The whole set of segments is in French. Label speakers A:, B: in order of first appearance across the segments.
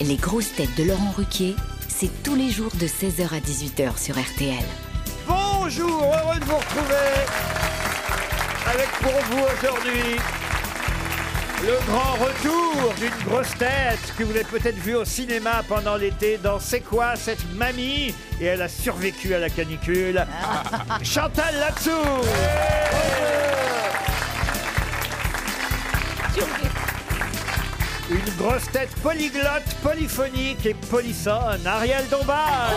A: Les grosses têtes de Laurent Ruquier, c'est tous les jours de 16h à 18h sur RTL.
B: Bonjour, heureux de vous retrouver avec pour vous aujourd'hui le grand retour d'une grosse tête que vous avez peut-être vue au cinéma pendant l'été dans C'est quoi cette mamie Et elle a survécu à la canicule. Chantal Latsou Une grosse tête polyglotte, polyphonique et polysone, Ariel Dombal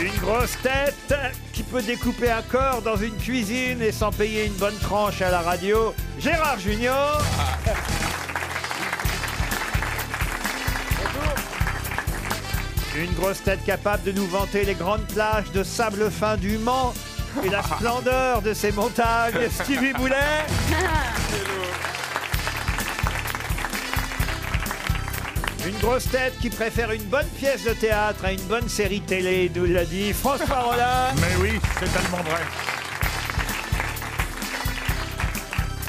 B: Une grosse tête qui peut découper un corps dans une cuisine et s'en payer une bonne tranche à la radio. Gérard Junior. Une grosse tête capable de nous vanter les grandes plages de sable fin du Mans et la splendeur de ses montagnes. Stevie Boulet. Une grosse tête qui préfère une bonne pièce de théâtre à une bonne série télé, nous l'a dit François Rollin.
C: Mais oui, c'est tellement vrai.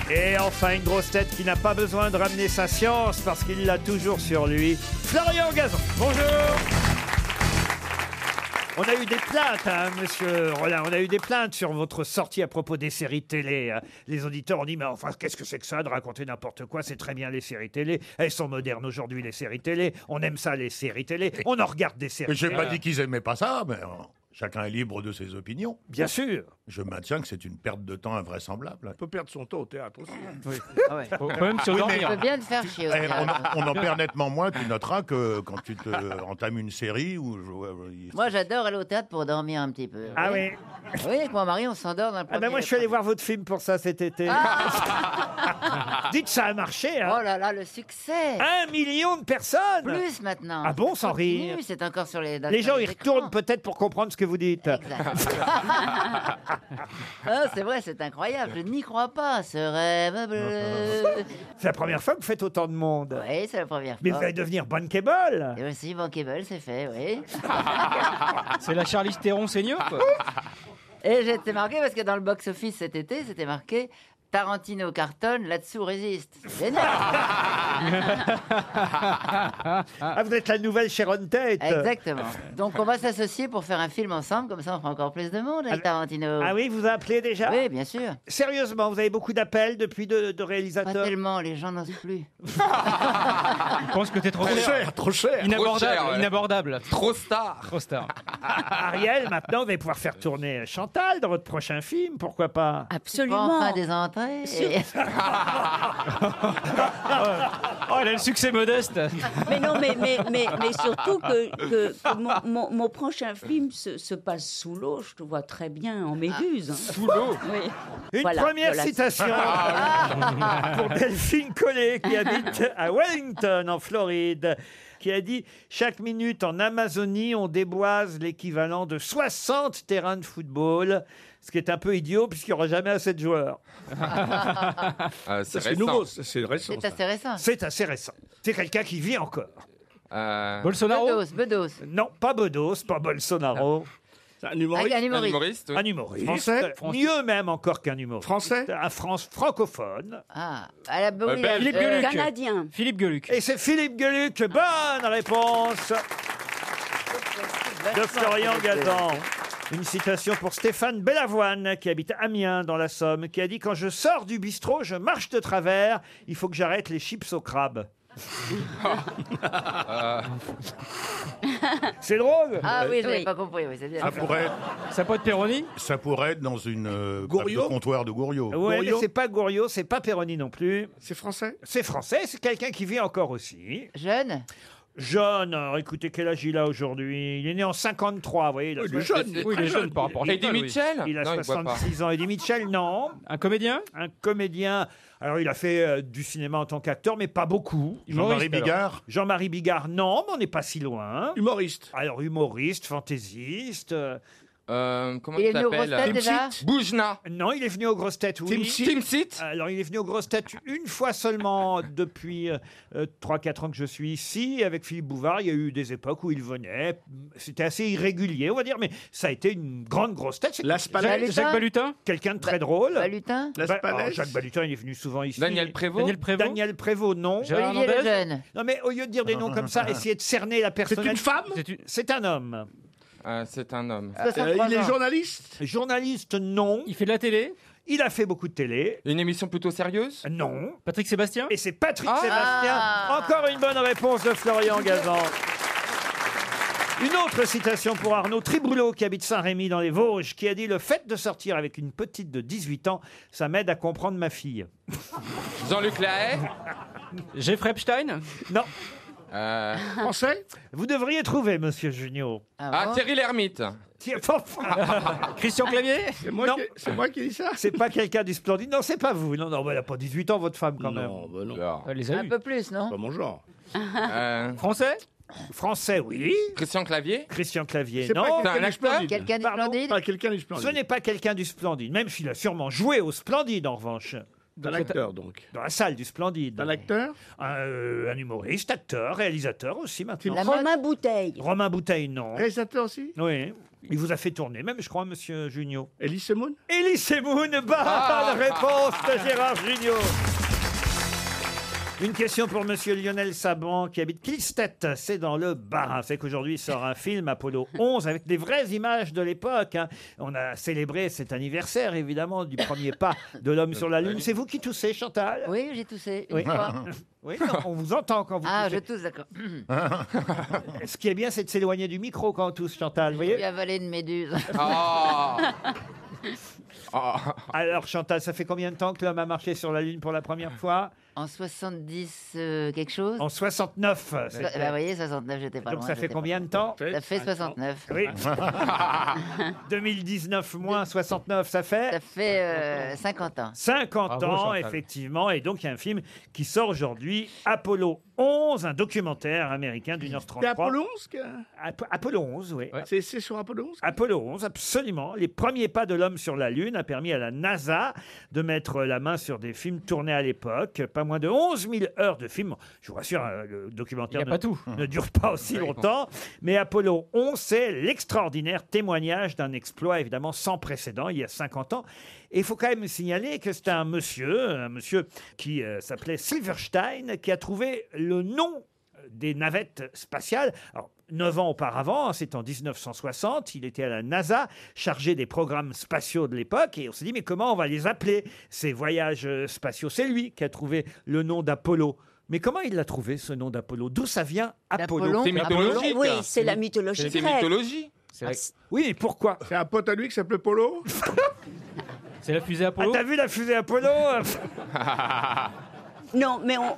B: Et enfin, une grosse tête qui n'a pas besoin de ramener sa science parce qu'il l'a toujours sur lui. Florian Gazan, bonjour on a eu des plaintes, hein, monsieur Rollin, on a eu des plaintes sur votre sortie à propos des séries télé. Euh, Les auditeurs ont dit, mais enfin, qu'est-ce que c'est que ça de raconter n'importe quoi C'est très bien les séries télé. Elles sont modernes aujourd'hui, les séries télé. On aime ça, les séries télé. On en regarde des séries
C: Mais j'ai
B: télé.
C: pas dit qu'ils aimaient pas ça, mais euh, chacun est libre de ses opinions.
B: Bien sûr
C: Je maintiens que c'est une perte de temps invraisemblable.
D: peut perdre son temps au théâtre aussi.
E: Faut quand même se
F: Je
E: dormir.
F: veux bien te faire chier.
C: Eh, on,
F: Oscar.
C: en- on en perd nettement moins, tu noteras, que quand tu te euh, entames une série ou euh,
F: Moi, j'adore aller au théâtre pour dormir un petit peu.
B: Ah oui
F: Oui, avec mon mari, on s'endort dans le
B: Ah ben
F: premier
B: moi je suis allé
F: repas.
B: voir votre film pour ça cet été.
C: Ah.
B: Dites ça a marché hein.
F: Oh là là, le succès
B: Un million de personnes
F: Plus maintenant
B: Ah bon, sans rire.
F: Continue, C'est encore sur les...
B: Les
F: sur
B: gens y
F: écrans.
B: retournent peut-être pour comprendre ce que vous dites.
F: Exact. Ah, c'est vrai, c'est incroyable. Je n'y crois pas, ce rêve bleu.
B: C'est la première fois que vous faites autant de monde.
F: Oui, c'est la première
B: Mais
F: fois.
B: vous allez devenir bankable
F: Et aussi, Bankable, c'est fait, oui.
E: C'est la Charlie Theron senior, quoi.
F: Et j'étais marqué parce que dans le box-office cet été, c'était marqué Tarantino cartonne, là-dessous résiste. C'est Génial
B: Ah vous êtes la nouvelle Sharon Tate
F: Exactement. Donc on va s'associer pour faire un film ensemble, comme ça on fera encore plus de monde avec Tarantino.
B: Ah oui, vous appelez déjà
F: Oui, bien sûr.
B: Sérieusement, vous avez beaucoup d'appels depuis de, de
F: Pas
B: réalisateurs
F: tellement, les gens n'osent plus.
E: Je pense que t'es trop
C: Trop
E: cher.
C: cher, trop cher
E: Inabordable,
G: Trop cher, ouais.
E: inabordable.
G: Trop star.
E: Trop star.
B: Ah, Ariel, maintenant, vous allez pouvoir faire tourner Chantal dans votre prochain film, pourquoi pas
F: Pas
H: Absolument.
F: enfin des entrées. Et-
E: Oh, elle a le succès modeste.
H: Mais non, mais, mais, mais, mais surtout que, que- que mon, mon- mon prochain film se, se passe sous l'eau, je te vois très bien en méduse. Sous l'eau Oui.
B: Une
H: Voilà,
B: première
H: voilà. Ah,
B: citation pour Delphine Collet qui habite à Wellington en Floride qui a dit chaque minute en Amazonie on déboise l'équivalent de 60 terrains de football ce qui est un peu idiot puisqu'il n'y aura jamais assez de joueurs.
G: Euh, c'est
D: C'est
G: récent.
D: nouveau, c'est c'est récent.
F: C'est
D: ça.
F: assez récent.
B: C'est assez récent. C'est quelqu'un qui vit encore.
G: Euh,
E: Bolsonaro.
F: Bedos, Bedos.
B: Non, pas Bedos, pas Bolsonaro,
D: C'est un humoriste
F: Un
G: un
F: humoriste.
G: humoriste. oui.
B: un humoriste.
D: Français
B: Mieux même encore qu'un humoriste.
D: Français
B: Un France francophone.
F: Ah, à la
G: Euh, ben,
F: Bowie.
E: Philippe Gueluc.
H: Canadien.
E: Philippe Gueluc.
B: Et c'est Philippe Gueluc. Bonne réponse de Florian Gazan. Une citation pour Stéphane Bellavoine, qui habite Amiens, dans la Somme, qui a dit Quand je sors du bistrot, je marche de travers, il faut que j'arrête les chips au crabe.
G: Euh,
B: C'est drôle
F: Ah oui, je n'avais
H: Oui.
F: pas compris, oui, c'est bien.
C: ça pourrait, être-
E: Sa pote Perroni.
C: ça pourrait être dans une euh, pâte de
D: Gouriot
C: comptoir de Gouriot.
B: Ouais, mais
D: Goriot
B: c'est pas Goriot, c'est pas Perroni non plus.
D: C'est français
B: C'est français, c'est quelqu'un qui vit encore aussi.
F: Jeune
B: Jeune, alors écoutez, quel âge il a aujourd'hui Il est né en 53, vous voyez. Il a,
D: Oui, le jeune.
E: Oui, il est jeune par rapport à
G: Eddie
E: Chantal, oui.
G: Mitchell.
B: il a
G: non, il boit pas.
B: 66 ans. Eddie Mitchell, non.
E: Un comédien.
B: un comédien. Alors, il a fait euh, du cinéma en tant qu'acteur, mais pas beaucoup.
C: Jean-Marie
E: Humoriste, alors.
C: Bigard
B: Jean-Marie Bigard, non, mais on n'est pas si loin.
D: Humoriste
B: Alors, humoriste, fantaisiste. euh,
G: Euh, comment
F: Il
G: il
F: est venu aux grosses
G: s'appelle
F: têtes déjà
G: Boujna.
B: Non, il est venu aux grosses têtes, oui.
G: Team Sit.
B: Alors, il est venu aux grosses têtes une fois seulement depuis euh, 3-4 ans que je suis ici. Avec Philippe Bouvard, il y a eu des époques où il venait. C'était assez irrégulier, on va dire, mais ça a été une grande grosse tête. C'est
D: Las
F: Palais. Balutin
E: Jacques Balutin
B: quelqu'un de très drôle.
F: Valutin
D: Las
B: Bah, alors,
D: Palais.
B: Jacques Balutin, il est venu souvent ici.
G: Daniel Prévost.
E: Daniel Prévost
B: Daniel Prévost, non.
E: Gérard
F: Olivier
E: Hernandez
F: Lejeune.
B: Non, mais au lieu de dire des noms comme ça, essayez de cerner la
D: C'est
B: personne.
D: une femme
E: C'est une-
B: C'est un homme.
G: Euh, c'est un homme.
D: Euh,
F: 63
D: Il est
F: ans.
D: journaliste
B: Journaliste, non.
E: Il fait de la télé
B: Il a fait beaucoup de télé.
G: Une émission plutôt sérieuse
B: Non.
E: Patrick Sébastien
B: Et c'est Patrick
G: Ah
B: Sébastien. Encore une bonne réponse de Florian Gazan. Une autre citation pour Arnaud Triboulot, qui habite Saint-Rémy dans les Vosges, qui a dit Le fait de sortir avec une petite de 18 ans, ça m'aide à comprendre ma fille.
G: Jean-Luc Lahaye
E: Jeffrey Epstein
B: Non,
G: Euh,
D: français
B: vous devriez trouver, monsieur Junio.
F: Ah,
G: Ah,
F: bon
G: Thierry Lhermitte.
B: Tiens, enfin,
E: Christian Clavier
D: Ah, C'est moi,
B: Non.
D: qui- c'est moi qui ai dit ça
B: C'est pas quelqu'un du splendide. Non, c'est pas vous. Non, non, bah, elle a pas 18 ans, votre femme, quand
D: Non, bah non.
G: Alors,
E: Euh, Les a
F: Un
E: eu.
F: peu plus, non
D: Pas mon genre.
G: euh,
E: Français
B: même. Français, oui.
G: Christian Clavier
B: Christian Clavier,
D: C'est pas
B: non.
G: C'est un
D: quelqu'un du
G: acteur
D: splendide.
F: Quelqu'un de
B: Pardon
F: splendide
D: Pas quelqu'un du
B: Ce
D: splendide.
B: n'est pas quelqu'un du splendide, même s'il a sûrement joué au splendide, en revanche.
D: Un acteur, donc.
B: Dans la salle du splendide.
D: Un acteur
B: un, euh, un humoriste, acteur, réalisateur aussi maintenant.
F: La mode
H: Romain Bouteille.
B: Romain Bouteille, non.
D: Réalisateur aussi
B: Oui. Il vous a fait tourner, même, je crois, monsieur Junio.
D: Elie Semoun
B: Elie Semoun, bonne réponse de Gérard Junio. Une question pour monsieur Lionel Saban qui habite Clistet, c'est dans le Bas. C'est qu'aujourd'hui sort un film Apollo 11 avec des vraies images de l'époque. hein. On a célébré cet anniversaire évidemment du premier pas de l'homme sur la Lune. C'est vous qui toussez Chantal
F: Oui, j'ai toussé une
B: Oui.
F: fois.
B: Oui, non, on vous entend quand vous
F: Ah, je
B: toussez.
F: tousse, d'accord.
B: Ce qui est bien, c'est de s'éloigner du micro quand on tousse, Chantal. Vous
F: J'ai
B: voyez
F: avalé une méduse.
G: Oh.
F: Ah.
G: Oh.
B: Alors, Chantal, ça fait combien de temps que l'homme a marché sur la Lune pour la première fois
F: En 70 euh, quelque chose
B: En 69. euh,
F: So-
B: c'était.
F: Bah, vous voyez, 69, j'étais pas
B: Donc,
F: loin.
B: ça fait
F: j'étais pas
B: combien
F: loin.
B: de temps
F: Ça fait 69.
B: Oui. 2019 moins 69, ça fait
F: Ça fait euh, 50 ans.
B: 50
E: Bravo,
B: ans,
E: Chantal.
B: effectivement. Et donc, il y a un film qui sort aujourd'hui, Apollo 11, un documentaire américain d'une heure
D: C'est hein
B: 33.
D: Apollo 11 que-
B: Ap- Apollo 11, oui.
D: C'est c'est sur Apollo 11
B: Apollo 11, absolument. Les premiers pas de l'homme sur la Lune a permis à la NASA de mettre la main sur des films tournés à l'époque. Pas moins de 11 000 heures de films. Je vous rassure, euh, le
E: Il
B: documentaire
E: n'y a
B: ne,
E: pas tout.
B: ne dure pas aussi longtemps. Mais Apollo 11, c'est l'extraordinaire témoignage d'un exploit évidemment sans précédent il y a 50 ans. Et il faut quand même signaler que c'est un monsieur, un monsieur qui euh, s'appelait Silverstein, qui a trouvé le nom des navettes spatiales. Alors, Neuf ans auparavant, hein, c'est en 1960, il était à la NASA, chargé des programmes spatiaux de l'époque, et on s'est dit, mais comment on va les appeler, ces voyages euh, spatiaux C'est lui qui a trouvé le nom d'Apollo. Mais comment il l'a trouvé, ce nom d'Apollo D'où ça vient, Apollo
F: D'Apollon
G: C'est mythologique.
E: hein.
H: Oui, c'est la mythologie
G: C'est
H: grecque.
G: mythologie.
E: Ah, C'est vrai-
B: Oui, mais pourquoi
D: C'est un pote à lui qui s'appelait Polo
E: c'est la fusée
B: Ah,
E: Apollo
B: t'as vu la fusée Apollo hein
H: Non, mais on...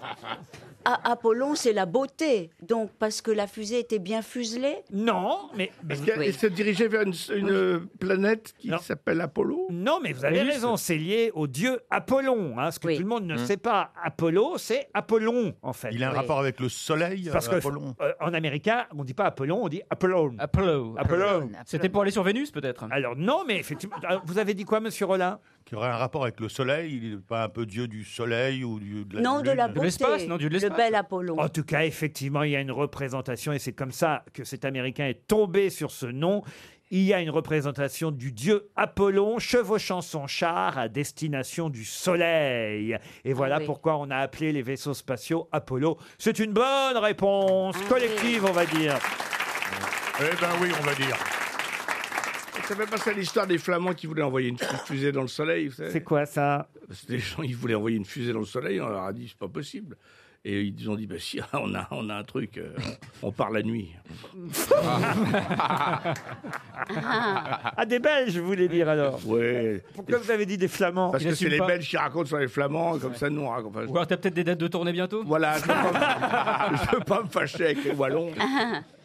H: à Apollon, c'est la beauté. Donc, parce que la fusée était bien fuselée,
B: Non, mais... mais-
D: Parce qu'il
F: Oui.
D: il se dirigeait vers une, une, euh, planète qui
B: Non.
D: s'appelle Apollo.
B: Non, mais vous avez
E: Juste.
B: raison, c'est lié au dieu Apollon. hein, ce que
F: Oui.
B: tout le monde ne
E: Hum.
B: sait pas, Apollo, c'est Apollon, en fait.
C: Il a un
F: Oui.
C: rapport avec le soleil,
B: Parce que
C: Apollon.
B: euh, en américain, on ne dit pas Apollon, on dit Apollon.
E: Apollo.
B: Apollon.
E: C'était pour aller sur Vénus, peut-être
B: Alors non, mais effectivement, Alors, vous avez dit quoi, Monsieur Rollin
C: Qui aurait un rapport avec le soleil. Il n'est pas un peu dieu du soleil ou du, de la
B: Bah,
H: non de
C: lune.
H: la beauté.
E: l'espace, non, du de l'espace.
H: Le bel Apollon.
B: En tout cas, effectivement, il y a une représentation, et c'est comme ça que cet Américain est tombé sur ce nom. Il y a une représentation du dieu Apollon chevauchant son char à destination du soleil. Et voilà
H: Ah oui.
B: pourquoi on a appelé les vaisseaux spatiaux Apollo. C'est une bonne réponse
H: Ah oui.
B: collective, on va dire.
C: Eh ben oui, on va dire.
D: Ça fait passer à l'histoire des Flamands qui voulaient envoyer une fu- fusée dans le soleil. vous savez.
B: C'est quoi ça
D: Parce que les gens, ils voulaient envoyer une fusée dans le soleil, on leur a dit c'est pas possible. Et ils ont dit bah si, on a, on a un truc, euh, on part la nuit.
B: Ah, des Belges, je voulais dire alors.
D: Ouais.
B: Pourquoi vous avez dit des Flamands
D: Parce
E: Il
D: que c'est
E: assume
D: les
E: pas.
D: Belges qui racontent sur les Flamands, comme ça nous on raconte. enfin, je-
E: Ou alors t'as peut-être des dates de tournée bientôt
D: Voilà, je veux pas, je veux pas me fâcher avec les Wallons.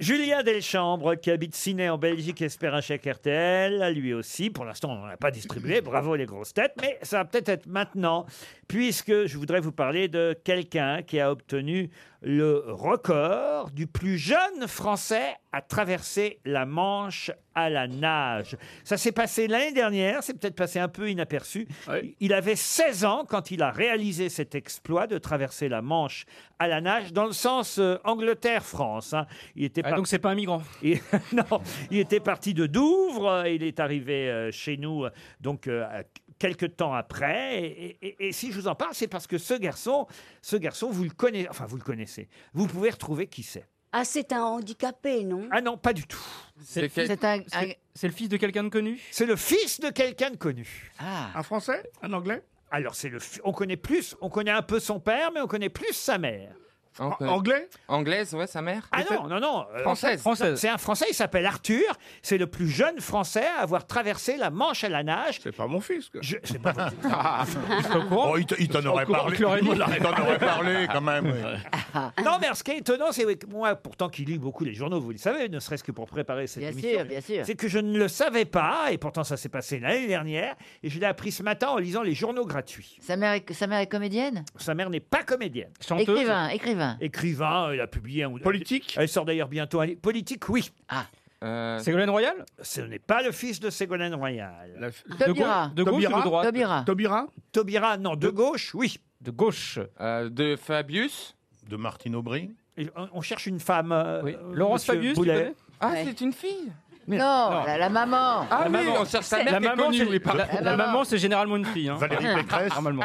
B: Julien Delchambre, qui habite Ciné en Belgique, espère un chèque RTL, lui aussi. Pour l'instant, on n'en a pas distribué. Bravo les grosses têtes, mais ça va peut-être être maintenant, puisque je voudrais vous parler de quelqu'un qui a obtenu le record du plus jeune Français à traverser la Manche à la nage. Ça s'est passé l'année dernière, c'est peut-être passé un peu inaperçu.
D: Ouais.
B: Il avait 16 ans quand il a réalisé cet exploit de traverser la Manche à la nage dans le sens euh, Angleterre-France. hein. Il était
E: Ah,
B: par-
E: donc c'est pas un migrant.
B: il- non, il était parti de Douvres, euh, il est arrivé euh, chez nous euh, donc euh, à- quelques temps après. Et, et- et- et si je vous en parle, c'est parce que ce garçon, ce garçon, vous le connaissez, enfin vous le connaissez. Vous pouvez retrouver qui c'est.
H: Ah, c'est un handicapé, non
B: Ah non, pas du tout.
G: C'est quel-
F: C'est un, un-
E: C'est c'est le fils de quelqu'un de connu
B: C'est le fils de quelqu'un de connu.
F: Ah,
D: Un Français Un Anglais
B: Alors c'est le, fi- on connaît plus, on connaît un peu son père, mais on connaît plus sa mère.
G: on
D: An-
G: connaît-
D: Anglais
G: Anglaise, ouais, sa mère
B: Ah non, non, non. euh,
G: Française
E: Française.
B: C'est un Français, il s'appelle Arthur. C'est le plus jeune Français à avoir traversé la Manche à la nage.
D: C'est pas mon fils, quoi.
B: Je, c'est pas votre-
E: Je suis pas au courant.
C: Oh, il te- il t'en aurait
E: courant,
C: parlé.
E: je l'aurais dit.
C: Il t'en aurait parlé quand même. oui.
F: Ah.
B: Non, mais alors, ce qui est étonnant, c'est que moi, pourtant, qui lis beaucoup les journaux, vous le savez, ne serait-ce que pour préparer cette
F: bien
B: émission,
F: sûr, bien sûr.
B: c'est que je ne le savais pas, et pourtant, ça s'est passé l'année dernière, et je l'ai appris ce matin en lisant les journaux gratuits.
F: Sa mère, est, sa mère est comédienne
B: Sa mère n'est pas comédienne.
E: Chanteuse.
F: Écrivain, écrivain.
B: Écrivain, elle a publié un ou deux-
D: Politique
B: Elle sort d'ailleurs bientôt un livre. Politique, oui.
F: Ah.
G: Euh,
E: Ségolène Royal
B: Ce n'est pas le fils de Ségolène Royal.
D: La-
E: De
F: Taubira.
E: gauche, de gauche ou
D: Taubira
E: de droite
F: Taubira.
D: Taubira
B: Taubira, non, de gauche, oui.
E: De gauche.
G: euh, de Fabius
C: De Martine Aubry
B: Et on- On cherche une femme. euh,
E: Oui.
B: euh,
E: Laurence
B: monsieur
E: Fabius, tu
B: Boulet.
E: connais
G: Ah,
H: Ouais.
G: c'est une fille
F: Non, La, la maman.
G: Ah oui,
E: maman.
G: on cherche sa
H: C'est-
G: mère
E: La
G: qui est
E: maman,
G: connue,
E: c'est
G: oui, pardon.
E: la- la
F: maman.
E: maman, c'est généralement une fille. hein,
C: Valérie Pécresse
E: Normalement.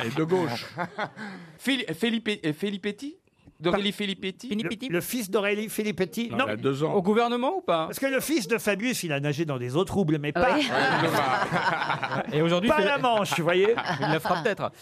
D: Allez, De gauche.
G: Fili- Felipe, euh, Felipetti Dorélie Felipetti
B: Le, le fils d'Aurélie Filippetti. Non,
D: Elle a deux ans.
E: Au gouvernement ou pas
B: parce que le fils de Fabius, il a nagé dans des eaux troubles, mais pas,
E: Et aujourd'hui,
B: pas
E: c'est-
B: la Manche, vous voyez.
E: il la fera peut-être.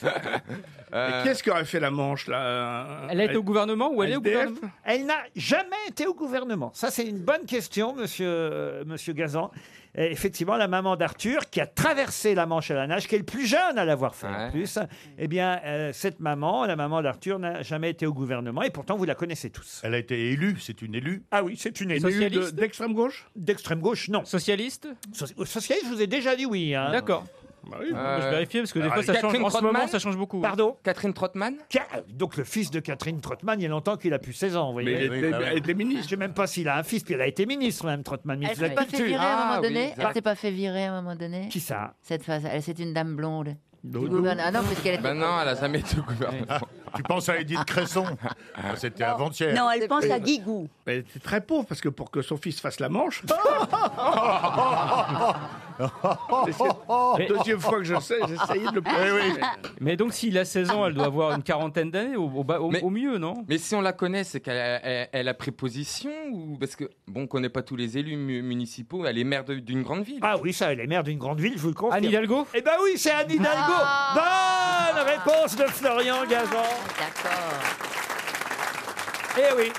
G: Euh,
D: Et Qu'est-ce qui aurait fait la Manche,
B: Euh,
D: là
E: Elle a été au gouvernement ou elle est au
D: SDF?
E: gouvernement
B: Elle n'a jamais été au gouvernement. Ça, c'est une bonne question, monsieur, euh, monsieur Gazan. Et effectivement, la maman d'Arthur, qui a traversé la Manche à la nage, qui est le plus jeune à l'avoir fait en
G: Ouais.
B: plus, eh bien, euh, cette maman, la maman d'Arthur, n'a jamais été au gouvernement. Et pourtant, vous la connaissez tous.
C: Elle a été élue, c'est une élue.
B: Ah oui, c'est une
D: Une élue de-
E: Socialiste
D: D'extrême gauche
B: D'extrême gauche, non.
E: Socialiste
B: Soci- euh, Socialiste, je vous ai déjà dit oui. hein.
E: D'accord.
D: Bah oui.
G: Euh,
E: Je vérifiais parce que des
G: alors,
E: fois, ça change.
G: Catherine
E: En ce moment,
G: Trottmann
E: ça change beaucoup. hein.
B: Pardon
G: Catherine Trottmann
B: Ca- euh, Donc, le fils de Catherine Trottmann, il y a longtemps qu'il a plus 16 ans, vous
D: Mais
B: voyez.
D: elle
C: oui,
D: était-
C: bah oui.
D: elle était
B: Je
D: ministre.
B: sais même pas s'il a un fils, puis elle a été ministre, Mme Trottmann.
F: Elle
B: ministre de
F: s'est
B: la
F: pas fait
B: Culture.
F: virer à un moment
G: Ah, oui,
F: donné
G: exact.
F: Elle s'est pas fait virer à un moment donné
B: bah, Qui ça
F: Cette face, elle, c'est une dame blonde. Du
D: Dodo.
F: gouvernement. Ah non, parce qu'elle était.
G: Ben non, elle a jamais été au gouvernement.
C: Ah, Tu penses à Edith Cresson Ah, C'était avant-hier.
H: Non, elle pense à Guigou.
D: Elle était très pauvre parce que pour que son fils fasse la manche. Mais c'est la deuxième fois que je sais, j'essayais de le prouver.
E: Eh Mais donc, s'il a 16 ans, elle doit avoir une quarantaine d'années au, au bas- au-
G: Mais-
E: au mieux, non
G: Mais si on la connaît, c'est qu'elle a, elle, elle a pris position ou parce que bon, on connaît pas tous les élus mu- municipaux, elle est maire de- d'une grande ville.
B: Ah oui, ça, elle est maire d'une grande ville, je vous le confirme.
E: Anne Hidalgo
B: Eh ben oui, c'est Anne Hidalgo
F: Ah.
G: Ah.
B: Bonne réponse de Florian Gazan
F: D'accord.
B: Eh oui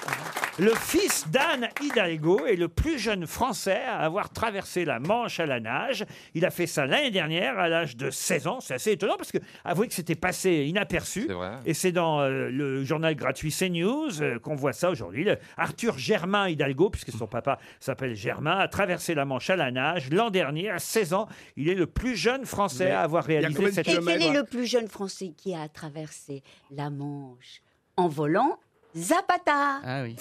B: le fils d'Anne Hidalgo est le plus jeune Français à avoir traversé la Manche à la nage. Il a fait ça l'année dernière à l'âge de 16 ans. C'est assez étonnant parce que avouez que c'était passé inaperçu.
G: C'est vrai.
B: Et c'est dans euh, le journal gratuit CNews euh, qu'on voit ça aujourd'hui. Le Arthur Germain Hidalgo, puisque son papa s'appelle Germain, a traversé la Manche à la nage l'an dernier, à 16 ans. Il est le plus jeune Français
D: Mais
B: à avoir
D: y a
B: réalisé
D: combien de
B: cette
D: Je
H: Et
D: mets,
H: quel est le plus jeune Français qui a traversé la Manche en volant Zapata.
E: Ah oui.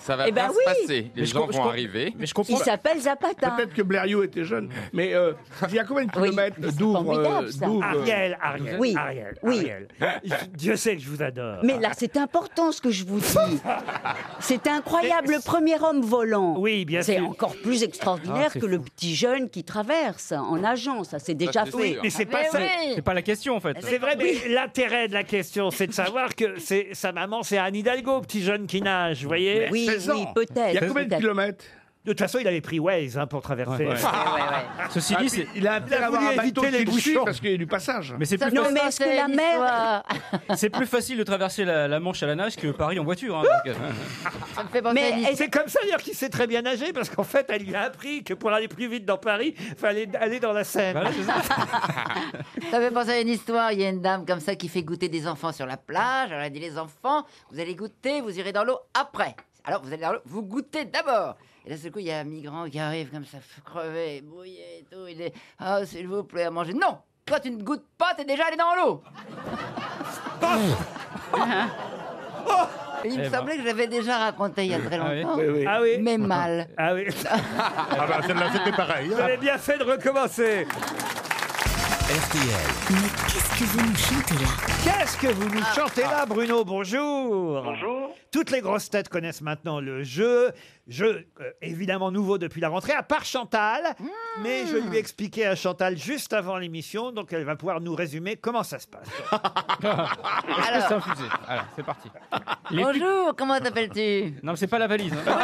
G: Ça va
H: Eh ben
G: bien
H: oui.
G: se passer. Les
E: je
G: gens
E: com- je
G: vont
E: com-
G: arriver.
E: Mais je comprends.
H: Il s'appelle Zapata.
D: Peut-être que Blériot était jeune. Mais euh, il y a combien de
H: ben, Oui,
D: kilomètres
H: mais c'est
D: Douvres
H: formidable,
D: euh,
H: ça.
D: Douvres, euh,
B: Ariel, Ariel,
H: Oui,
B: Ariel,
H: oui.
B: Ariel. Je- Dieu sait que je vous adore. Ah.
H: Mais là, c'est important ce que je vous dis. C'est incroyable, le premier homme volant.
B: Oui, bien
H: C'est
B: sûr.
H: encore plus extraordinaire que le petit jeune qui traverse en nageant. Ça, c'est déjà
G: c'est
H: fait.
G: sûr.
B: Mais c'est pas
F: Mais
B: ça.
F: oui.
E: C'est pas la question en fait.
B: C'est vrai, mais l'intérêt de la question, c'est de savoir que c'est sa maman, c'est Anne Hidalgo, petit jeune qui nage, vous voyez.
H: Oui, oui,
D: 16 ans. Il y a
H: peut-être.
D: combien de
H: peut-être.
D: kilomètres
B: De toute façon, il avait pris Waze hein, pour traverser.
E: Ouais. Ceci
D: Ah,
E: dit,
D: puis,
E: c'est.
D: Il a intérêt à avoir un
B: voulu
D: bateau
B: éviter les
D: qui le suit
B: bouchons.
D: parce qu'il y a du passage.
E: Mais c'est
F: Ça
E: plus,
H: Non,
F: fait
H: mais est-ce que
F: penser
H: la
F: à
H: mère-
F: l'histoire.
E: c'est plus facile de traverser la, la Manche à la nage que Paris en voiture. hein, donc, euh.
F: Ça me fait penser
H: Mais
F: à l'histoire.
H: est-ce-
B: C'est comme ça d'ailleurs qu'il sait très bien nager parce qu'en fait elle lui a appris que pour aller plus vite dans Paris, fallait aller dans la Seine.
E: Voilà, c'est ça.
F: Ça me fait penser à une histoire. Il y a une dame comme ça qui fait goûter des enfants sur la plage. Alors, Elle a dit Les enfants, vous allez goûter, vous irez dans l'eau après. Alors, vous allez dans l'eau, vous goûtez d'abord. Et là, seul coup, il y a un migrant qui arrive comme ça, crevé, brouillé et tout. Il est Ah, s'il vous plaît, à manger. Non Toi, tu ne goûtes pas, t'es déjà allé dans l'eau. Il me
E: Eh ben.
F: semblait que j'avais déjà raconté il y a très
E: Ah oui.
F: longtemps,
D: Oui, oui.
B: Ah oui
F: mais mal.
B: Ah oui
C: Ah bah celle-là, c'était pareil.
B: Vous avez bien fait de recommencer
I: RTL,
A: Mais qu'est-ce que vous nous chantez là
B: Qu'est-ce que vous
C: Ah.
B: nous chantez là, Bruno Bonjour Bonjour Toutes les grosses têtes connaissent maintenant le jeu. Jeu euh, évidemment nouveau depuis la rentrée, à part Chantal.
C: Hmm.
B: Mais je lui ai expliqué à Chantal juste avant l'émission, donc elle va pouvoir nous résumer comment ça se passe.
E: Alors... C'est un fusée. Voilà, c'est parti. Les pics-
F: Bonjour, comment t'appelles-tu
E: Non, mais c'est pas la valise. hein.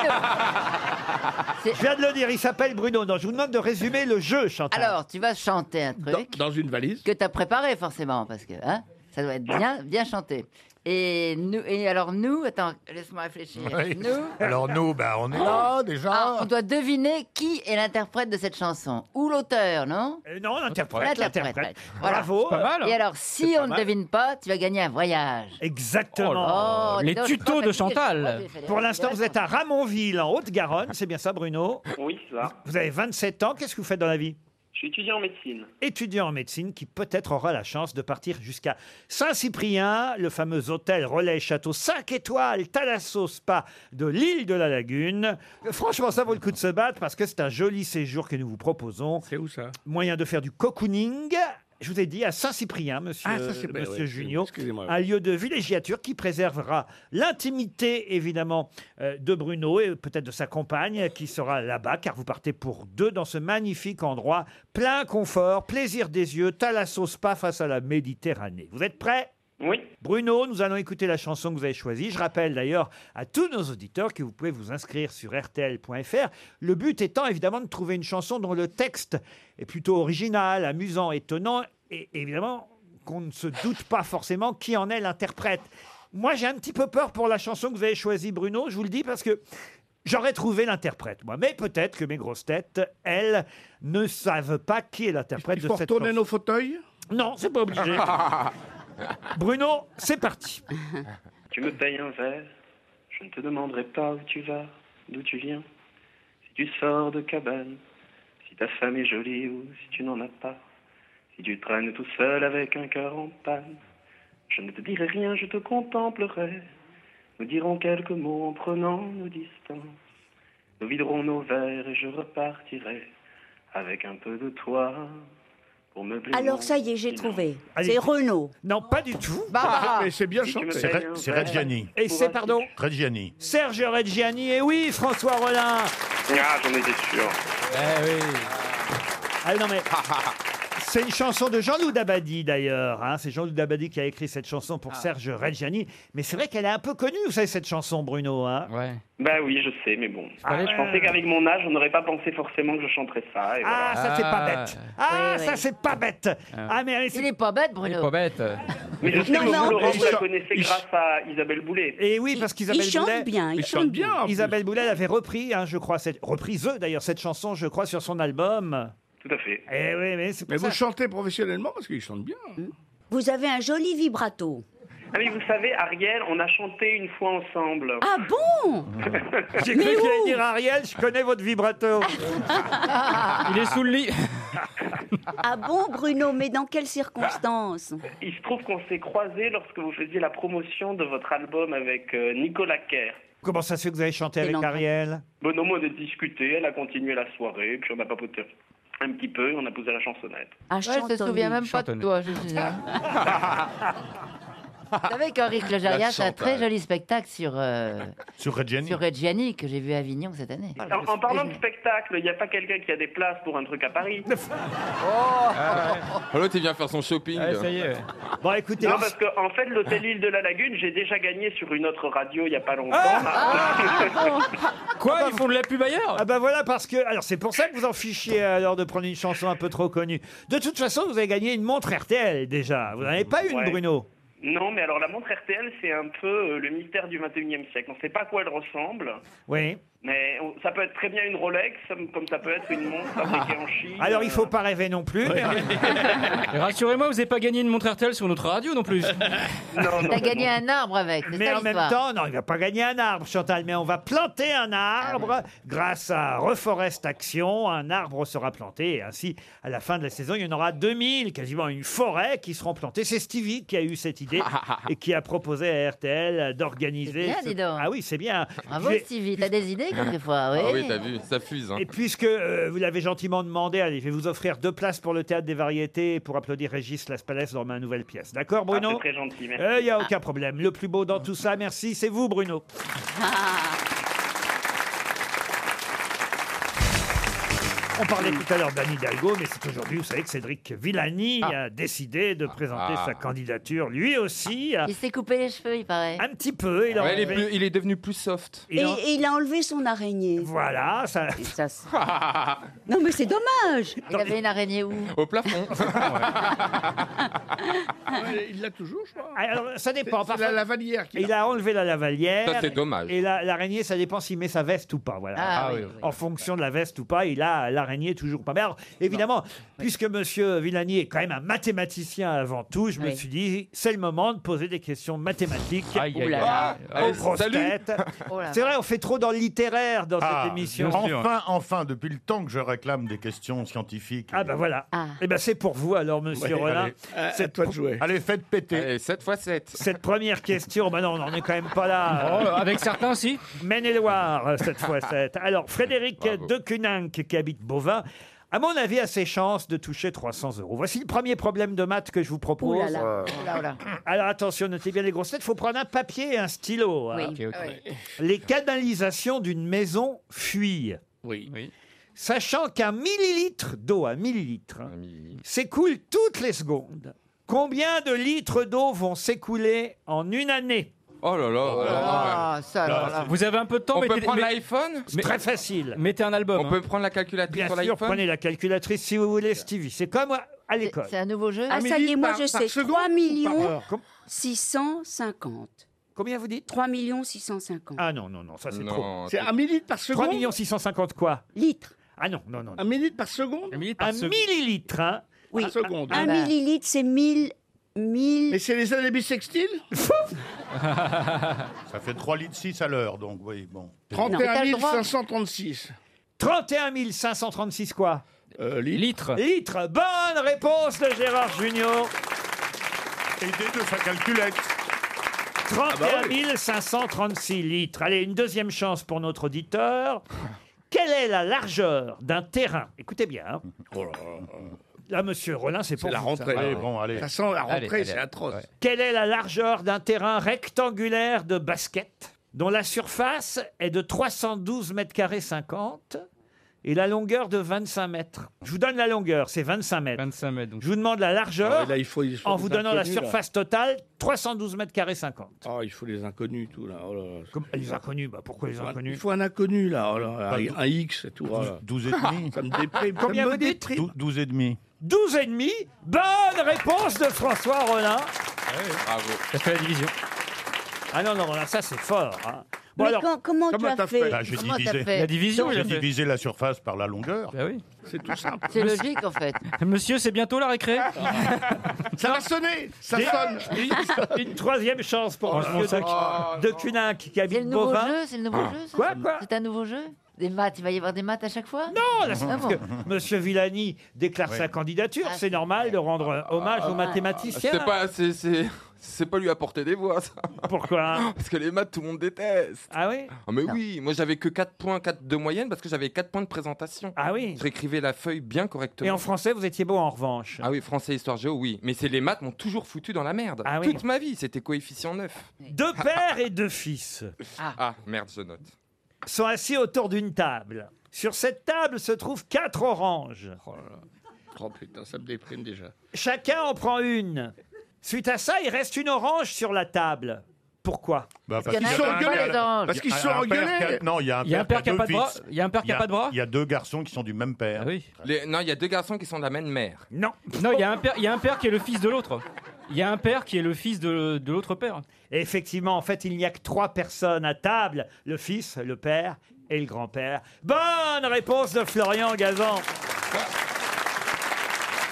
B: Je viens de le dire, il s'appelle Bruno. Donc je vous demande de résumer le jeu, Chantal.
F: Alors, tu vas chanter un
D: Dans,
F: truc
D: dans une valise.
F: que t'as préparé forcément, parce que hein, ça doit être bien, bien chanté. Et nous, et alors nous, attends, laisse-moi réfléchir.
C: Oui.
F: Nous,
C: Alors nous, bah, on est là déjà.
F: ah, on doit deviner qui est l'interprète de cette chanson ou l'auteur, non
B: Euh, non, l'interprète.
F: L'interprète,
B: l'interprète.
F: ouais. Voilà.
B: Bravo.
E: Pas mal. hein.
F: Et alors, si on ne devine pas, tu vas gagner un voyage.
E: Oh là
B: Exactement.
E: là.
F: Oh,
E: les
F: dis donc, je suis
E: tutos
F: trop
E: de
F: fatiguée, je
E: Chantal.
F: crois que j'ai fait les-
B: Pour l'instant, vous êtes à Ramonville, en Haute-Garonne. C'est bien ça, Bruno
J: Oui, c'est ça.
B: Vous avez 27 ans. Qu'est-ce que vous faites dans la vie
J: Je suis étudiant en médecine.
B: étudiant en médecine qui peut-être aura la chance de partir jusqu'à Saint-Cyprien, le fameux hôtel relais château 5 étoiles Thalasso Spa de l'île de la Lagune. Franchement, ça vaut le coup de se battre parce que c'est un joli séjour que nous vous proposons.
D: C'est où ça
B: Moyen de faire du cocooning. Je vous ai dit à Saint-Cyprien, monsieur,
D: Ah, Saint-Cyprien,
B: monsieur
D: ouais,
B: Junio,
D: excusez-moi, ouais.
B: un lieu de villégiature qui préservera l'intimité, évidemment, euh, de Bruno et peut-être de sa compagne euh, qui sera là-bas, car vous partez pour deux dans ce magnifique endroit, plein confort, plaisir des yeux, Thalasso Spa face à la Méditerranée. Vous êtes prêts
J: Oui.
B: Bruno, nous allons écouter la chanson que vous avez choisie. Je rappelle d'ailleurs à tous nos auditeurs que vous pouvez vous inscrire sur rtl.fr. Le but étant évidemment de trouver une chanson dont le texte est plutôt original, amusant, étonnant et évidemment qu'on ne se doute pas forcément qui en est l'interprète. Moi, j'ai un petit peu peur pour la chanson que vous avez choisie, Bruno, je vous le dis, parce que j'aurais trouvé l'interprète, moi. Mais peut-être que mes grosses têtes, elles, ne savent pas qui est l'interprète
D: Il
B: de
D: faut
B: cette
D: retourner
B: chanson.
D: nos fauteuils
B: Non, c'est pas obligé. Bruno, c'est parti.
J: Tu me payes un verre. Je ne te demanderai pas où tu vas, d'où tu viens. Si tu sors de cabane, si ta femme est jolie ou si tu n'en as pas. Si tu traînes tout seul avec un cœur en panne. Je ne te dirai rien, je te contemplerai. Nous dirons quelques mots en prenant nos distances. Nous viderons nos verres et je repartirai avec un peu de toi pour me
H: Alors ça y est, Bah. j'ai trouvé.
B: Allez.
H: C'est Renaud.
B: Non, pas du tout.
F: Barbara,
D: Ah, Mais c'est bien
J: Si tu me
D: chanté.
C: C'est
J: payes
C: Re-
J: un
C: c'est
J: verre.
C: Reggiani.
B: Et c'est, pardon,
C: Reggiani.
B: Serge Reggiani. Et oui, François Rollin.
J: Ah, j'en étais sûr.
C: Eh
B: Ah non, mais. C'est une chanson de Jean-Loup Dabadi d'ailleurs. hein. C'est Jean-Loup Dabadi qui a écrit cette chanson
D: Ah.
B: pour Serge Reggiani. Mais c'est vrai qu'elle est un peu connue, vous savez, cette chanson, Bruno. hein.
E: Ouais.
J: Bah oui, je sais, mais bon.
B: Ah
J: je
B: ouais.
J: pensais qu'avec mon âge, on n'aurait pas pensé forcément que je chanterais ça. Et voilà.
B: Ah, ça c'est pas bête. Ah,
H: Oui,
B: ça
H: oui.
B: c'est pas bête. Ah, mais allez,
F: il
B: c'est-
F: n'est pas bête,
G: Il est
F: Bruno.
G: pas bête.
J: Mais je sais
H: Non,
J: que
H: non.
J: vous, Laurent,
C: Il
J: vous la
C: chante-
J: connaissez
C: il
J: grâce à Isabelle Boulet.
B: Et Eh oui, parce
H: Il
B: qu'Isabelle
H: chante
B: Boulet.
H: bien, il
D: Ils
H: chante
D: chantent
H: bien.
D: bien. en plus.
B: Isabelle Boulet l'avait repris, hein, je crois, cette reprise eux, d'ailleurs cette chanson, je crois, sur son album.
J: Tout à fait.
B: Eh oui, mais c'est pour
D: Mais
B: ça.
D: vous chantez professionnellement parce qu'ils chantent bien.
H: Vous avez un joli vibrato.
J: Ah mais vous savez, Ariel, on a chanté une fois ensemble.
H: Ah bon
B: J'ai cru
H: Mais
B: que j'allais
H: où
B: dire Ariel, je connais votre vibrato.
E: Il est sous le lit.
H: Ah bon, Bruno, mais dans quelles circonstances
J: Bah, Il se trouve qu'on s'est croisés lorsque vous faisiez la promotion de votre album avec euh, Nicolas Kerr.
B: Comment ça se fait que vous avez chanté
H: Et
B: avec
H: l'entrain.
B: Ariel
J: Bonhomme, on a discuté, elle a continué la soirée, puis on a papoté un petit peu, et on a posé la chansonnette.
H: Ah,
F: Ouais, je te souviens même pas de
E: Chantonné.
F: toi, je suis là. Vous savez qu'Henri Clogérias a un très joli spectacle sur, euh,
C: Sur Reggiani.
F: sur Reggiani que j'ai vu à Avignon cette année.
J: En, en parlant de spectacle, il n'y a pas quelqu'un qui a des places pour un truc à Paris
G: Oh, L'autre, il vient faire son shopping.
E: Ouais, ça y est.
B: Bon, écoutez,
J: Non,
B: on-
J: parce qu'en en fait, l'hôtel Île de la Lagune, j'ai déjà gagné sur une autre radio il n'y a pas longtemps. Ah.
F: Ah,
E: Quoi Ils font de la pub ailleurs
B: Ah bah voilà parce que alors c'est pour ça que vous en fichiez alors de prendre une chanson un peu trop connue. De toute façon, vous avez gagné une montre RTL déjà. Vous n'en avez pas une
J: Ouais.
B: Bruno.
J: Non, mais alors la montre RTL, c'est un peu euh, le mystère du 21e siècle. On ne sait pas à quoi elle ressemble,
B: Oui.
J: mais on- ça peut être très bien une Rolex, comme ça peut être une montre fabriquée en Chine.
B: Alors il faut
J: Euh,
B: pas rêver non plus.
E: Et Rassurez-moi, vous n'avez pas gagné une montre RTL sur notre radio non plus.
J: Non, non,
F: T'as
J: non,
F: gagné
J: non.
F: un arbre avec, c'est
B: Mais
F: ça
B: en même
F: l'histoire.
B: temps, non, il va pas gagner un arbre, Chantal, mais on va planter un arbre
F: Ah
B: grâce à Reforest Action. Un arbre sera planté et ainsi, à la fin de la saison, il y en aura 2000, quasiment une forêt qui seront plantées. C'est Stevie qui a eu cette idée et qui a proposé à RTL d'organiser.
F: C'est bien, dis donc.
B: Ah oui, c'est bien.
F: Bravo,
B: Je vais-
F: Stevie. T'as des idées quelquefois, oui.
G: Ah
H: Eh.
G: oui, t'as vu, ça fuse. hein.
B: Et puisque euh, vous l'avez gentiment demandé, allez, je vais vous offrir deux places pour le théâtre des variétés et pour applaudir Régis Laspalès dans ma nouvelle pièce. D'accord,
J: Ah, c'est
B: Bruno
J: très gentil,
B: Il
J: merci.
B: n'y Eh, a aucun problème. Le plus beau dans tout ça, merci, c'est vous, Bruno.
H: Ah.
B: On parlait tout à l'heure d'Anne Hidalgo, mais c'est aujourd'hui, vous savez, que Cédric Villani a décidé de présenter
G: Ah.
B: sa candidature, lui aussi,
H: Ah.
B: à-
F: Il s'est coupé les cheveux, il paraît.
B: un petit peu. Il a
G: Ouais, il, est
B: enlevé-
G: plus- il est devenu plus soft.
B: il
H: Et,
B: a-
H: et il a enlevé son araignée.
B: Voilà, ça...
H: Et ça, c'est- non, mais c'est dommage.
F: Il avait une araignée où
G: Au plafond.
D: Ouais, il l'a toujours, je crois.
B: Ah, Alors, ça
D: C'est
B: dépend.
D: c'est la
B: Parfois,
D: lavalière qui
B: il a enlevé la lavalière.
G: Ça, c'est dommage.
B: Et la- l'araignée, ça dépend s'il met sa veste ou pas. Voilà.
F: Ah,
E: Ah
F: oui.
E: oui,
B: En fonction de la veste ou pas, il a l'araignée toujours pas. Mais alors, évidemment, puisque Monsieur Villani est quand même un mathématicien avant tout, je me
F: Oui.
B: suis dit, c'est le moment de poser des questions mathématiques.
E: Aïe, aïe,
F: Oula.
E: aïe.
B: aux
G: Allez,
B: grosses
G: salut.
B: têtes.
F: Oh là.
B: C'est vrai, on fait trop dans le littéraire dans cette émission.
E: bien sûr.
C: Ah, Enfin, enfin, depuis le temps que je réclame des questions scientifiques.
B: Ah ben voilà.
F: Ah.
B: Et ben c'est pour vous alors, Monsieur
D: Ouais,
B: Rollin.
D: allez. À- Euh, à
B: Cette,
D: toi de jouer.
C: Allez, faites péter.
G: Et 7 fois 7.
B: cette première question, ben non, on n'en est quand même pas là.
E: Oh, avec certains, si.
B: Maine-et-Loire, euh, cette fois cette. Alors, Frédéric
G: Bravo.
B: de Cuninck, qui habite Bovin, à mon avis, a ses chances de toucher 300 euros. Voici le premier problème de maths que je vous propose.
H: Ouh là là.
F: Oh là, oh là.
B: Alors, attention, notez bien les grosses têtes. Il faut prendre un papier et un stylo. hein.
E: Ok, ok.
B: Les canalisations d'une maison fuient.
D: Oui.
B: Sachant qu'un millilitre d'eau, un millilitre, hein, s'écoule toutes les secondes. Combien de litres d'eau vont s'écouler en une année
G: Oh là là.
F: Ah, ça, alors là.
E: Vous avez un peu de temps,
G: On peut
E: mettez,
G: prendre
E: mais-
G: l'iPhone
B: C'est très facile.
E: mettez un album.
G: On
E: hein.
G: peut prendre la calculatrice
B: Bien
G: sur
B: sûr,
G: l'iPhone
B: prenez la calculatrice si vous voulez, Stevie. C'est comme à
F: C'est-
B: l'école.
F: C'est un nouveau jeu
H: Ah, ça y est, moi, je sais. 3 millions
B: Com-
H: 650.
B: Combien vous dites
H: 3 millions 650.
B: Ah non, non, non, ça c'est trop.
G: Non,
D: C'est
G: t'es-
D: un millilitre par
B: 3
D: seconde.
B: millions 650 quoi
H: Litres.
B: Ah non, non, non. non.
D: Un millilitre par seconde.
E: Un millilitre par
B: Un
E: seconde.
B: millilitre, hein
H: Oui.
D: Par seconde.
H: Un
F: bah.
H: millilitre, c'est 1000. 1000.
D: Mais c'est les années bissextiles
C: Ça fait 3 litres 6 à l'heure, donc oui, bon.
H: Non, mais t'as
D: 31
H: le droit.
D: 536
B: 31 536 quoi
D: euh,
E: Litre.
D: litres.
B: Litres. Bonne réponse de Gérard Junior.
C: Aidez de sa calculette.
D: Ah
B: 31
D: bah
B: 536 litres. Allez, une deuxième chance pour notre auditeur. Quelle est la largeur d'un terrain Écoutez bien. hein.
D: Oh là là.
B: Là, monsieur Rollin, c'est pour
D: C'est la
B: vous,
D: rentrée.
C: Allez, bon, allez.
D: Ça sent la
E: Allez,
D: rentrée,
E: allez.
D: c'est atroce.
E: Ouais.
B: Quelle est la largeur d'un terrain rectangulaire de basket dont la surface est de 312 mètres carrés 50 et la longueur de 25 mètres Je vous donne la longueur, c'est 25 mètres.
E: 25 mètres. Donc.
B: Je vous demande la
D: Ah ouais,
B: largeur
D: là, il faut, il faut
B: en
D: les
B: vous donnant la
D: inconnus, là.
B: surface totale 312 mètres carrés 50.
D: Ah, il faut les inconnus, tout là. Oh là là.
B: Comme les inconnus, bah pourquoi les
D: Il faut un- Il
B: inconnus
D: faut un inconnu là. Oh là, là.
C: Pas
D: un X et tout. oh là.
C: 12 et demi.
D: Ça me déprime. ça
B: Combien
D: me
B: vous dites
D: déprime.
C: 12 et demi.
B: 12 et demi. Bonne réponse de François Rollin.
D: Ah
G: Bravo.
E: Ça fait la division.
B: Ah non non, là, ça c'est fort. hein. Bon
H: Mais
B: alors,
H: quand- comment,
D: Comment
H: tu
D: t'as
H: as fait,
C: Bah, j'ai
F: Comment t'as
C: divisé.
E: La
F: fait
E: division,
C: J'ai
E: j'ai fait.
C: divisé la surface par la longueur.
E: Bah oui.
D: C'est tout simple.
F: C'est logique en fait.
E: Monsieur, c'est bientôt la récré.
D: Ça va sonner Ça
B: Des-
D: sonne Oh,
B: une troisième chance pour
E: Franchement,
B: Monsieur
E: ça-
B: de, de Cuninck qui
F: C'est le
B: habite
F: nouveau
B: Bovin. Ah.
F: jeu, c'est le nouveau jeu. ça
B: Quoi, quoi
F: C'est un nouveau jeu Des maths, il va y avoir des maths à chaque fois
B: Non, là, c'est
F: Ah
B: parce
F: bon
B: que Monsieur Villani déclare sa candidature.
F: Ah,
B: c'est
F: c'est-
B: normal de rendre
D: Ah,
B: euh, hommage aux mathématiciens.
G: C'est pas, c'est- c'est- c'est pas lui apporter des voix, ça.
B: Pourquoi
G: Parce que les maths, tout le monde déteste.
B: Ah oui
G: Ah, mais oui, moi j'avais que 4 points, 4 de moyenne parce que j'avais 4 points de présentation.
B: Ah oui.
G: Je réécrivais la feuille bien
B: Et
G: correctement.
B: en français, vous étiez beau en revanche.
G: Ah oui, français, histoire, géo, oui. Mais c'est les maths m'ont toujours foutu dans la merde.
B: Ah oui.
G: Toute ma vie, c'était coefficient 9.
B: Deux pères et deux fils
G: Ah, merde, je note.
B: sont assis autour d'une table. Sur cette table se trouvent quatre oranges.
D: Oh là là. Oh putain, ça me déprime déjà.
B: Chacun en prend une. Suite à ça, il reste une orange sur la table. Pourquoi Ah,
C: Bah,
F: Il y en a
C: qu'il
F: qui
C: y a-
F: n'aiment pas les anges.
D: Parce qu'ils se
C: il
D: sont
C: y a un père
D: engueulés.
C: qui a- Non, il y a un
E: Il y a un père qui a
C: deux
E: pas de bras.
C: fils.
E: Il y a un père qui
C: Il y
E: a
C: a-
E: pas de bras.
C: Il y a deux garçons qui sont du même père.
E: Ah oui.
G: Les- Non, il y a deux garçons qui sont de la même mère.
B: Non.
E: Non, il y a un père, il y a un père qui est le fils de l'autre. Il y a un père qui est le fils de, de l'autre père.
B: Et effectivement, en fait, il n'y a que trois personnes à table le fils, le père et le grand-père. Bonne réponse de Florian Gazan.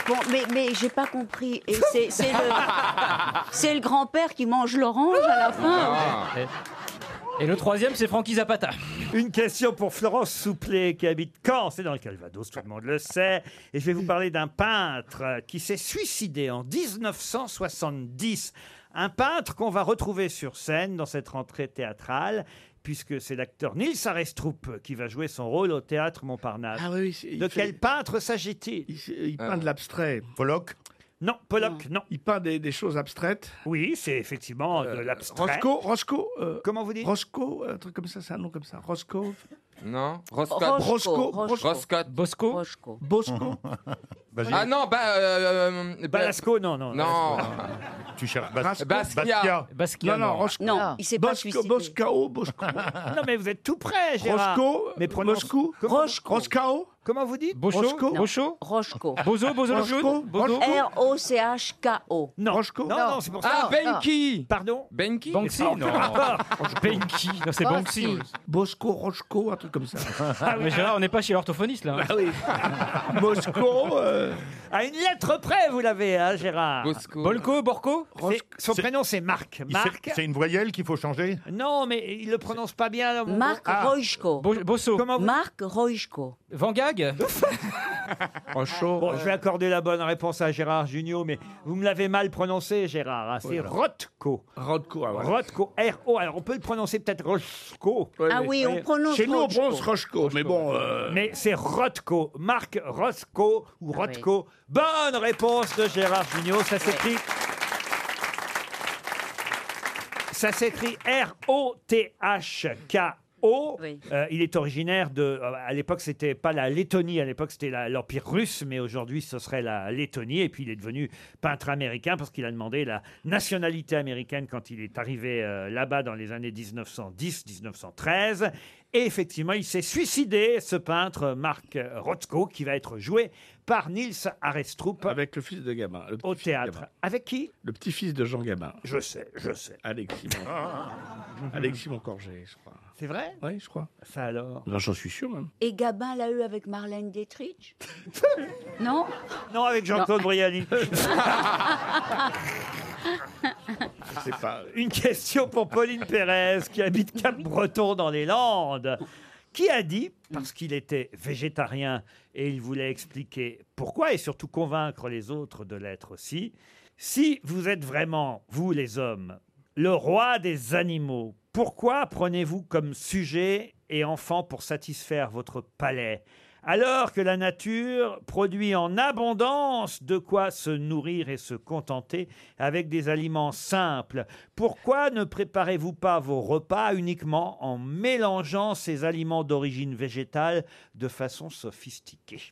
H: Bon, mais, mais j'ai pas compris. Et c'est, c'est le, c'est le grand-père qui mange l'orange à la fin.
G: Ah.
B: Et le troisième, c'est Frankie Zapata. Une question pour Florence Souplet, qui habite Caen, c'est dans le Calvados, tout le monde le sait. Et je vais vous parler d'un peintre qui s'est suicidé en 1970. Un peintre qu'on va retrouver sur scène dans cette rentrée théâtrale, puisque c'est l'acteur Nils Arestrup qui va jouer son rôle au théâtre Montparnasse.
D: Ah oui, c'est- il
B: de
D: fait-
B: quel peintre s'agit-il Euh.
D: il, peint de l'abstrait.
C: Pollock
B: Non, Pollock, non.
D: Il peint des, des choses abstraites. Euh,
B: Oui, c'est effectivement de l'abstrait.
D: Roscoe, Roscoe. euh,
B: Comment vous dites
D: Roscoe, euh, un truc comme ça, c'est un nom comme ça. Roscoe.
G: Non
H: Roche-
G: Roscott.
D: Roscoe.
H: Roscoe.
D: Roscoe.
G: Roscott.
E: Bosco
H: Rochko.
D: Bosco.
C: Vas-y,
G: Ah non, bah. euh, euh,
B: Balasco, non, non.
G: Non.
C: tu cherches Bas-
G: Basquiat.
C: Basquiat.
E: Basquiat.
D: Non, non, Roscoe.
H: Non,
F: Ah.
H: il s'est pas
D: Bosco,
H: suicidé.
D: Boscao, Bosco.
B: Non, mais vous êtes tout près, Gérard.
D: Roscoe.
B: Mais prononce-
D: Moscou.
B: Comment-
D: Roscao.
B: Comment vous dites
E: Bocho
D: Roscoe.
E: Bocho
H: Rochko.
E: Bozo Bozo le
D: Roscoe
E: jaune Bozo
D: Roscoe
H: R-O-C-H-K-O.
B: Non.
D: Roscoe.
B: Non, non, c'est pour ça.
G: Ah, Benki
B: Pardon
G: Benki
E: Banksy
B: Ah,
E: Non.
B: aucun rapport.
E: Benki Non,
B: Oh,
E: c'est
F: Banksy.
E: Banksy.
D: Bosco, Roscoe, un truc comme ça.
E: Ah, mais Gérard, on n'est pas chez l'orthophoniste là.
D: Ah oui. Bosco. euh,
B: À une lettre près, vous l'avez, hein, Gérard.
G: Bosco.
E: Bolco Borco
B: C'est- Son
C: c'est-
B: prénom, c'est Marc.
C: Il- c'est-
B: Marc
C: C'est une voyelle qu'il faut changer
B: Non, mais il le prononce pas bien. là, mon-
H: Marc
B: Ah,
H: Rochko.
E: Bo- Bosso
B: Comment vous...
H: Marc Rochko.
E: Van Gag
D: Roscoe.
B: Bon, je vais accorder la bonne réponse à Gérard Junior, mais vous me l'avez mal prononcé, Gérard. hein. C'est Rothko.
D: Rodko. ah, voilà.
B: Rothko, R-O. Alors, on peut le prononcer peut-être Rothko.
D: Ouais,
H: Ah
D: mais-
H: oui, on prononce
D: Chez nous, on
H: Rochko.
D: prononce Rochko, mais bon. euh,
B: Mais c'est Rothko, Marc Rothko ou
F: Ah oui.
B: Rothko. Bonne réponse de Gérard Junior, ça s'écrit. Ça s'écrit R-O-T-H-K-O.
H: Oui.
B: Euh, il est originaire de. euh, À l'époque, c'était pas la Lettonie, à l'époque, c'était la- l'Empire russe, mais aujourd'hui, ce serait la Lettonie. Et puis, il est devenu peintre américain parce qu'il a demandé la nationalité américaine quand il est arrivé euh, là-bas dans les années 1910-1913. Et effectivement, il s'est suicidé, ce peintre Marc Rothko, qui va être joué par Niels Arestrup
D: Avec le fils de Gabin. le
B: au
D: petit-fils de
B: théâtre.
D: Gabin.
B: Avec qui
D: Le petit-fils de Jean Gabin.
B: Je sais, je sais. Ah.
D: Alexis. Mon- Alexis Moncorgé, je crois.
B: C'est vrai
D: Oui, je crois.
B: Ça alors
D: Non, J'en suis sûr, même.
H: Et Gabin l'a eu avec Marlène Dietrich Non
B: Non, avec Jean-Claude Brialy.
D: Je sais pas.
B: Une question pour Pauline Pérez, qui habite Cap-Breton dans les Landes, qui a dit, parce qu'il était végétarien et il voulait expliquer pourquoi et surtout convaincre les autres de l'être aussi, si vous êtes vraiment, vous les hommes, le roi des animaux, pourquoi prenez-vous comme sujet et enfant pour satisfaire votre palais alors que la nature produit en abondance de quoi se nourrir et se contenter avec des aliments simples. Pourquoi ne préparez-vous pas vos repas uniquement en mélangeant ces aliments d'origine végétale de façon sophistiquée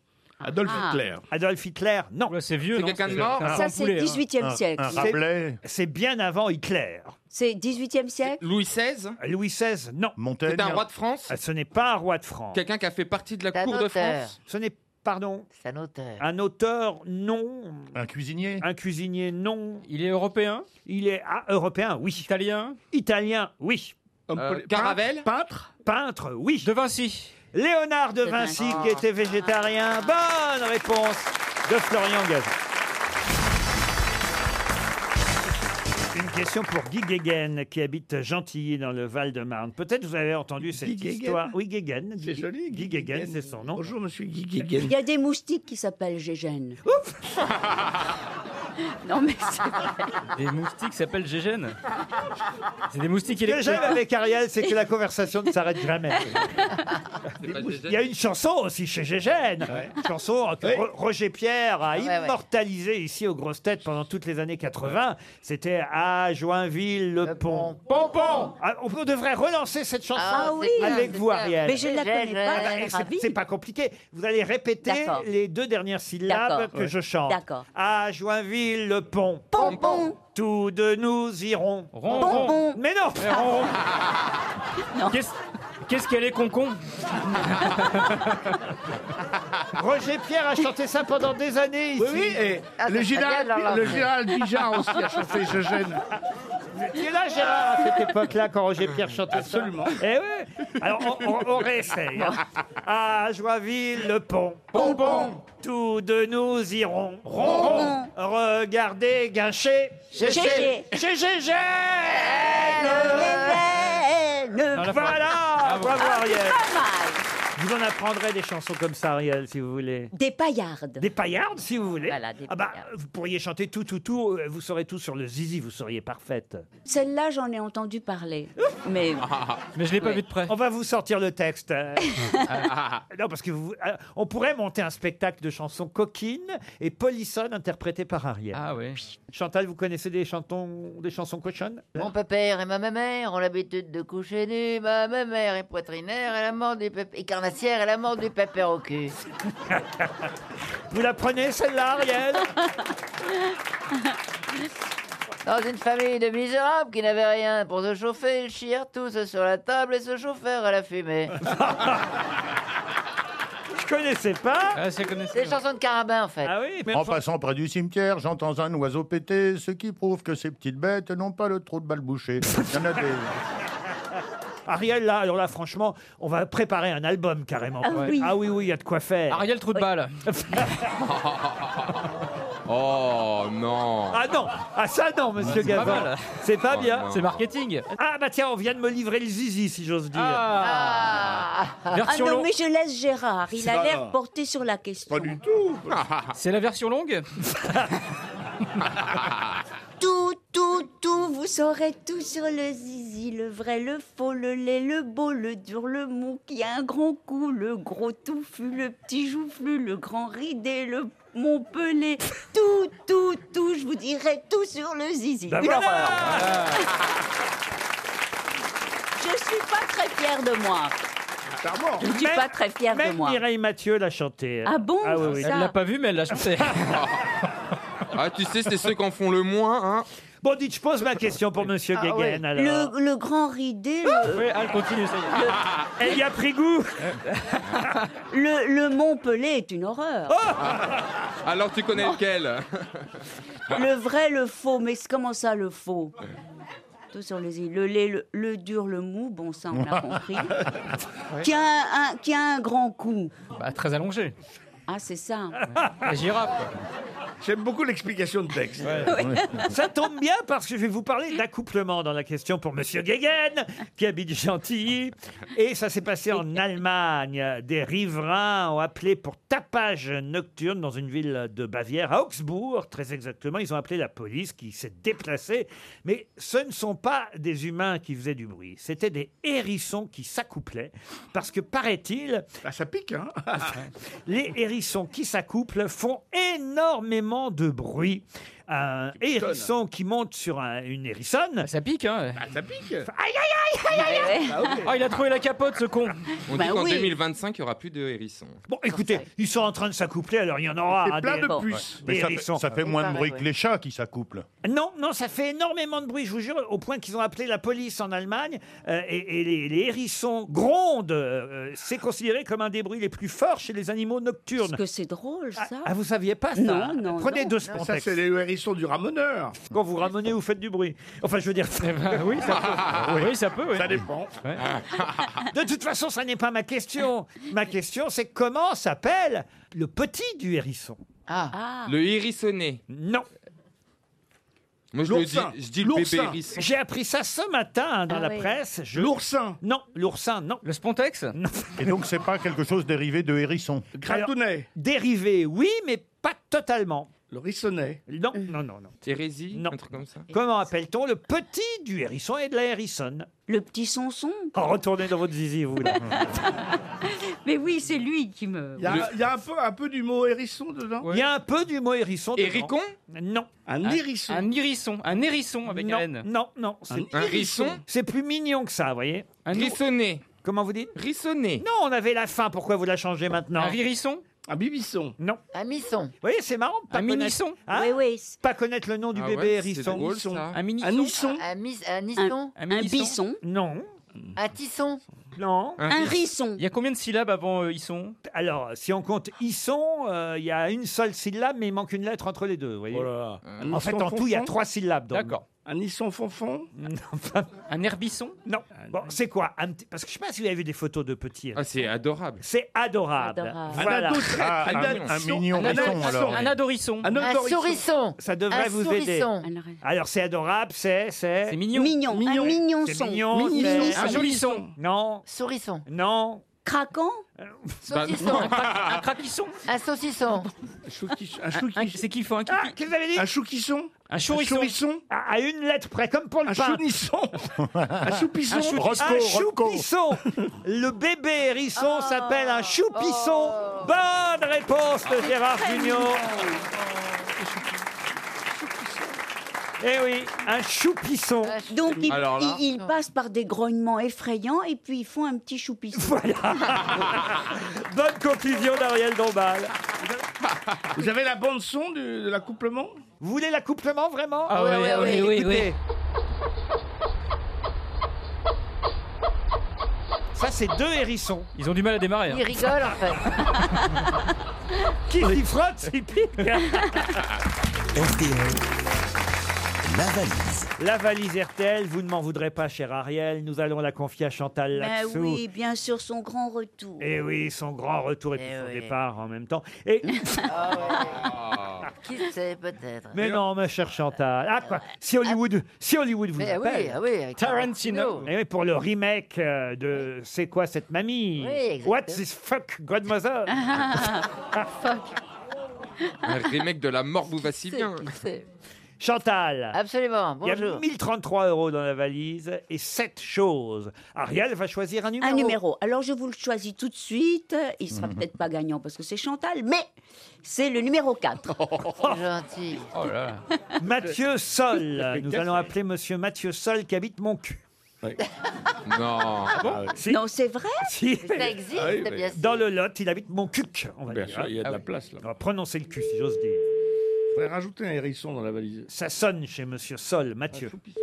D: Adolphe
H: Ah.
D: Hitler.
B: Adolphe Hitler, non,
E: Ouais, C'est vieux.
G: C'est
E: non
G: quelqu'un de mort
E: un
H: Ça,
E: sans
H: c'est
E: poulet, hein.
H: 18e
C: Un,
H: siècle.
C: un Rabelais,
B: c'est bien avant Hitler.
H: C'est 18e siècle
G: Louis XVI
B: Louis XVI, non, Euh,
C: Montaigne.
G: C'est un roi de France
B: ce n'est pas un roi de France.
G: Quelqu'un qui a fait partie de la
F: Un
G: cour de
F: auteur.
G: France
B: Ce n'est, pardon,
F: C'est un auteur.
B: un auteur, non,
C: Un cuisinier
B: un cuisinier, non,
E: Il est européen
B: il est ah, européen, oui,
E: Italien
B: italien, oui,
D: Homme
G: Euh,
D: poli-
G: Caravelle
D: Peintre
B: peintre, Euh, oui.
E: De Vinci
B: Léonard de
F: C'est dingue.
B: Vinci qui était végétarien. Bonne réponse de Florian Gazan. Une question pour Guy Guéguen qui habite Gentilly dans le Val-de-Marne. Peut-être vous avez entendu cette
D: Guéguen
B: histoire. Oui, Guéguen.
D: C'est
B: Guy-
D: joli.
B: Guy Guéguen, c'est son nom.
D: Bonjour, monsieur Guy
H: Il
D: Guéguen.
H: y a des moustiques qui s'appellent Gégène. non mais c'est-
E: Des moustiques qui s'appellent Gégène. C'est des moustiques
B: Ce que
E: électriques.
B: j'aime avec Ariel, c'est que la conversation ne s'arrête jamais.
G: C'est pas
B: Il
G: Jésus.
B: y a une chanson aussi chez Gégène, Une chanson que
D: Oui.
B: Ro- Roger Pierre a
F: ouais, ouais.
B: immortalisée ici aux grosses têtes pendant toutes les années 80. C'était à Joinville le,
F: Le
B: pont.
F: pont.
B: Pompon Ah, On on devrait relancer cette chanson
H: Ah oui,
F: c'est bien,
B: avec
F: c'est
B: vous,
F: ça.
B: Ariel.
H: Mais je ne la connais pas,
B: Ah,
H: je
B: et
H: suis ravie.
B: c'est- C'est pas compliqué. Vous allez répéter
H: D'accord.
B: les deux dernières syllabes
H: D'accord.
B: que je chante.
H: D'accord.
B: À Joinville le pont.
H: Pompon
B: Tous deux nous irons.
E: Ron, ron.
H: Bonbon
B: Mais non
E: Eh, ron, ron. Qu'est-ce qu'est-ce qu'elle est concon
B: Roger Pierre a chanté ça pendant des années ici.
D: Oui, oui, et
F: Ah,
D: le,
F: c'est
D: général,
F: bien, alors,
D: le
F: là.
D: général Bijard aussi a chanté Gégène.
B: Tu es là, Gérard, Ah, à cette époque-là, quand Roger Pierre
D: Ah,
B: chantait Absolument. Eh oui. Alors, on, on- on réessaye. hein. À Joinville, le pont.
D: Bonbon
B: Tous deux nous irons. Ronron. Regardez, guincher.
H: Gégé.
B: Chez Gégé.
H: Gégène ne
B: Voilà
H: Bravo.
B: Bravo, Ariel
H: Pas mal.
B: Vous en apprendrez des chansons comme ça, Ariel, si vous voulez.
H: Des paillardes.
B: Des paillardes, si vous voulez.
H: Voilà, des
B: ah bah,
H: paillardes.
B: vous pourriez chanter tout, tout, tout. euh, Vous saurez tout sur le zizi, vous seriez parfaite.
H: Celle-là, j'en ai entendu parler. Mais
E: Mais je l'ai pas
H: Ouais.
E: vu de près.
B: On va vous sortir le texte. euh. non, parce que vous, euh, on pourrait monter un spectacle de chansons coquines et polissonnes interprétées par Ariel.
E: Ah oui.
B: Chantal, vous connaissez des chansons, des chansons cochonnes
F: Mon pépère et ma mère ont l'habitude de coucher nu. Ma mère est poitrinaire et la mort du pépère. Et carnassière et la mort du pépère au cul.
B: Vous la prenez celle-là, Ariel
F: Dans une famille de misérables qui n'avaient rien pour se chauffer, ils chirent tous sur la table et se chauffèrent à la fumée.
B: Je connaissais pas.
E: Ah, c'est connu.
F: C'est des chansons de carabin en fait.
B: Ah oui, mais
C: En passant près du cimetière, j'entends un oiseau péter, ce qui prouve que ces petites bêtes n'ont pas le trou de balle bouché. Il y en a des...
B: Ariel, là, alors là, franchement, on va préparer un album carrément.
H: Ah oui.
B: ah oui, oui, il y a de quoi faire.
E: Ariel Trou de Balle.
G: Oh non
B: Ah non, ah ça non, monsieur
E: pas
B: Gavin.
E: mal.
B: C'est pas
G: Oh,
B: bien.
G: non.
E: C'est marketing.
B: Ah bah tiens, on vient de me livrer le zizi, si j'ose dire.
H: Ah
E: Version
H: non,
E: longue.
H: mais je laisse Gérard. Il a
D: Ça
H: l'air
D: va.
H: porté sur la question.
E: C'est la version longue
H: Tout, tout, tout, vous saurez tout sur le zizi, le vrai, le faux, le laid, le beau, le dur, le mou, qui a un grand coup, le gros touffu, le petit joufflu, le grand ridé, le montpelé. Tout, tout, tout, je vous dirai tout sur le zizi.
B: Bah
H: Une
B: voilà
H: horreur. Je suis pas très fière de moi. Je suis
B: Même-
H: pas très fière de
B: Même
H: moi.
B: Mireille Mathieu l'a chanté.
H: Ah bon
B: Ah oui, oui.
H: Ça.
E: Elle l'a pas vu, mais elle l'a chanté.
G: Ah, tu sais, c'est ceux qui en font le moins, hein
B: Bon, dites, je pose ma question
E: Ah
B: pour Monsieur Guéguen, alors.
H: Le, le grand ridé, le,
E: oui, Ah elle continue, ça y est.
B: Elle y a pris goût
H: le, le Montpelé est une horreur.
E: Oh
G: Alors, tu connais lequel
H: Le vrai, le faux, mais c'est- comment ça le faux Tout sur les îles. Le lait, le, le dur, le mou, bon ça on a compris. qui, a un, un- qui a un grand coup.
E: Bah, très allongée.
H: Ah c'est ça.
E: La girafe.
D: J'aime beaucoup l'explication de texte.
B: Ça tombe bien parce que je vais vous parler d'accouplement dans la question pour Monsieur Guéguen, qui habite Gentilly. Et ça s'est passé en Allemagne. Des riverains ont appelé pour tapage nocturne dans une ville de Bavière, à Augsbourg, très exactement. Ils ont appelé la police qui s'est déplacée. Mais ce ne sont pas des humains qui faisaient du bruit. C'était des hérissons qui s'accouplaient. Parce que, paraît-il,
D: Ah, ça pique, hein
B: les hérissons qui s'accouplent font énormément de bruit. Un hérisson qui monte sur un- une hérissonne.
E: Ça pique, hein
D: Ah, ça pique
E: Ah, il a trouvé la capote, ce con
G: On
H: Bah
G: dit qu'en
H: oui.
G: 2025, il n'y aura plus de hérissons.
B: Bon, écoutez, ils sont en train de s'accoupler, alors il y en aura. hein,
D: C'est plein
B: des-
D: de puces.
B: des
C: Mais ça
B: hérissons.
C: fait, ça fait
F: Oui,
C: moins de
F: pareil,
C: bruit
F: ouais.
C: que les chats qui s'accouplent.
B: Non, non, ça fait énormément de bruit, je vous jure, au point qu'ils ont appelé la police en Allemagne. euh, et et les, les hérissons grondent. euh, euh, c'est considéré comme un des bruits les plus forts chez les animaux nocturnes.
H: Parce que c'est drôle
B: Ah,
H: ça.
B: ah, vous saviez pas ça
H: Non,
B: hein
H: non,
B: Prenez
H: non,
B: deux
H: non.
D: Ça,
B: contexte.
D: c'est les hérissons du ramoneur.
B: Quand vous ramenez, vous faites du bruit. Enfin, je veux dire.
E: Eh ben, oui, ça peut. oui, ça peut, oui.
D: Ça dépend.
E: Ouais.
B: De toute façon, ça n'est pas ma question. Ma question, c'est comment s'appelle le petit du hérisson
F: Ah.
H: Ah.
G: Le hérissonné.
B: Non,
G: Moi, je le dis,
D: L'oursin.
G: je dis le bébé
D: L'oursin.
G: hérisson.
B: j'ai appris ça ce matin hein, dans
H: Ah
B: la
H: ouais.
B: presse. Je...
D: L'oursin,
B: Non, l'oursin, non.
E: Le Spontex
C: Et donc, c'est pas quelque chose dérivé de hérisson.
D: gratonnet,
B: Dérivé, oui, mais pas totalement.
D: le rissonnet.
B: Non,
H: Mm.
B: non, non, non.
G: Hérésie
B: Non.
G: Un truc comme ça
B: Comment appelle-t-on le petit du hérisson et de la hérissonne
H: Le petit sonson.
B: oh, Retournez dans votre zizi, vous, là.
H: Mais oui c'est lui qui me.
D: Il y a, il y a un, peu, un peu du mot hérisson dedans.
E: Ouais.
B: Il y a un peu du mot hérisson. dedans.
G: Héricon
B: Non,
D: Un hérisson.
E: Ah, Un hérisson. Un hérisson avec un
B: non,
E: N.
B: non, non. C'est,
G: Un hérisson
B: c'est plus mignon que ça, vous voyez.
E: Un hérisson.
G: Rissonné.
B: Comment vous dites
G: Rissonné.
B: Non, on avait la fin, pourquoi vous la changez maintenant
E: Un ririsson.
D: Un bibisson.
B: Non.
F: Un misson.
B: Vous voyez, c'est marrant de pas
E: Un
B: connaître-
E: minisson.
B: Hein
H: Oui oui. c'est-
B: Pas connaître le nom du
G: Ah
B: bébé
G: ouais,
B: hérisson.
G: C'est drôle,
D: Hérisson.
G: ça.
E: Un
D: Un
E: minisson.
D: nisson.
F: Un, mis, un histon.
E: Un
H: Un
E: minisson.
H: bisson.
B: Non,
F: Un tisson.
B: non.
H: Un risson.
E: Hein Il y a combien de syllabes avant euh, Hisson
B: Alors, si on compte isson, euh, il y a une seule syllabe, mais il manque une lettre entre les deux. vous voyez.
D: Oh là là. Un
B: en fait,
D: nisson
B: en tout, il y a
D: fonfon.
B: trois syllabes. donc.
E: D'accord.
D: Un nisson fonfon
B: Un herbisson Non. Bon, c'est quoi un petit- Parce que je sais pas si vous avez vu des photos de petits.
G: Ah, c'est adorable.
B: C'est adorable.
I: Adorable.
B: Voilà.
D: Un ado très-
C: Ah, un-
D: ado-
C: un mignon
D: ado-
C: risson,
D: ado-
C: alors.
E: Un adorisson.
I: Un
D: Un ado-
I: saurisson.
B: Ça devrait
I: un
B: vous aider.
I: saurisson.
B: Alors, c'est adorable, c'est.
E: C'est
B: C'est
E: mignon.
H: Mignon, un mignon
B: C'est
H: son.
B: mignon,
H: Mignon
B: c'est-
E: Un jolisson.
B: Non,
I: Sourisson.
B: non.
H: Craquant
F: Bah,
B: Bah,
I: Saucisson.
E: Un craquisson.
I: un saucisson.
D: Un chouquisson. Un
E: Un-
D: chouquisson.
E: C'est qui faut un
B: Ah, qu'est-ce que vous avez dit
D: Un chouquisson.
E: Un
D: Un
E: chourisson.
D: chourisson.
B: à, à une lettre près, comme pour le
D: Un
B: pain.
D: chounisson. Un choupisson.
B: un
C: Rocco.
B: choupisson. Le bébé hérisson s'appelle un choupisson. Bonne réponse de Gérard Junior. Eh oui, un choupisson.
H: Donc ils,
G: Alors là-
H: ils- ils passent par des grognements effrayants et puis ils font un petit choupisson.
B: Voilà. Bonne conclusion d'Ariel Dombal.
D: Vous avez la bande son du- de l'accouplement
B: Vous voulez l'accouplement vraiment
E: Ah ouais, ouais, ouais, ouais,
B: écoutez.
E: ouais.
B: Ça, c'est deux hérissons.
E: Ils ont du mal à démarrer. hein.
I: Il rigole en fait.
B: Qui s'y frotte, s'y pique.
K: La valise.
B: La valise RTL, vous ne m'en voudrez pas, cher Ariel. Nous allons la confier à Chantal
H: Ben
B: Latsou.
H: oui, bien sûr, son grand retour.
B: Et oui, son grand retour et puis
F: Eh
B: son
F: oui.
B: départ en même temps. Et Ah.
F: Qui sait, peut-être
B: mais non, ma chère Chantal. Ah quoi Si Hollywood, si Hollywood vous
F: Mais ah oui,
B: appelle.
F: ah oui, avec
E: Tarantino.
B: Eh oui, pour le remake euh, de C'est quoi cette mamie
F: Oui, exactement.
B: What this fuck godmother
G: Un remake de la mort vous va si
F: Tarantino.
G: bien.
F: Qui sait
B: Chantal.
F: Absolument,
B: Il y a
F: bonjour.
B: 1033 euros dans la valise et 7 choses. Ariel va choisir un numéro.
H: Un numéro. Alors je vous le choisis tout de suite. Il sera peut-être pas gagnant parce que c'est Chantal, mais c'est le numéro 4.
F: C'est gentil.
G: Oh là là.
B: Mathieu Sol. Nous allons appeler monsieur Mathieu Sol qui habite mon cul.
G: Non.
H: Ah non, c'est vrai
B: Ah Si.
F: Ça existe,
D: Ah oui, mais-
F: bien sûr.
B: Dans le Lot, il habite mon cuc, on va
D: Bien
B: dire.
D: sûr, il y a de
G: Ah
D: la
G: oui.
D: place là.
B: On va prononcer le cul, si j'ose dire.
D: Faudrait rajouter un hérisson dans la valise.
B: Ça sonne chez Monsieur Sol, Mathieu.
D: choupisson.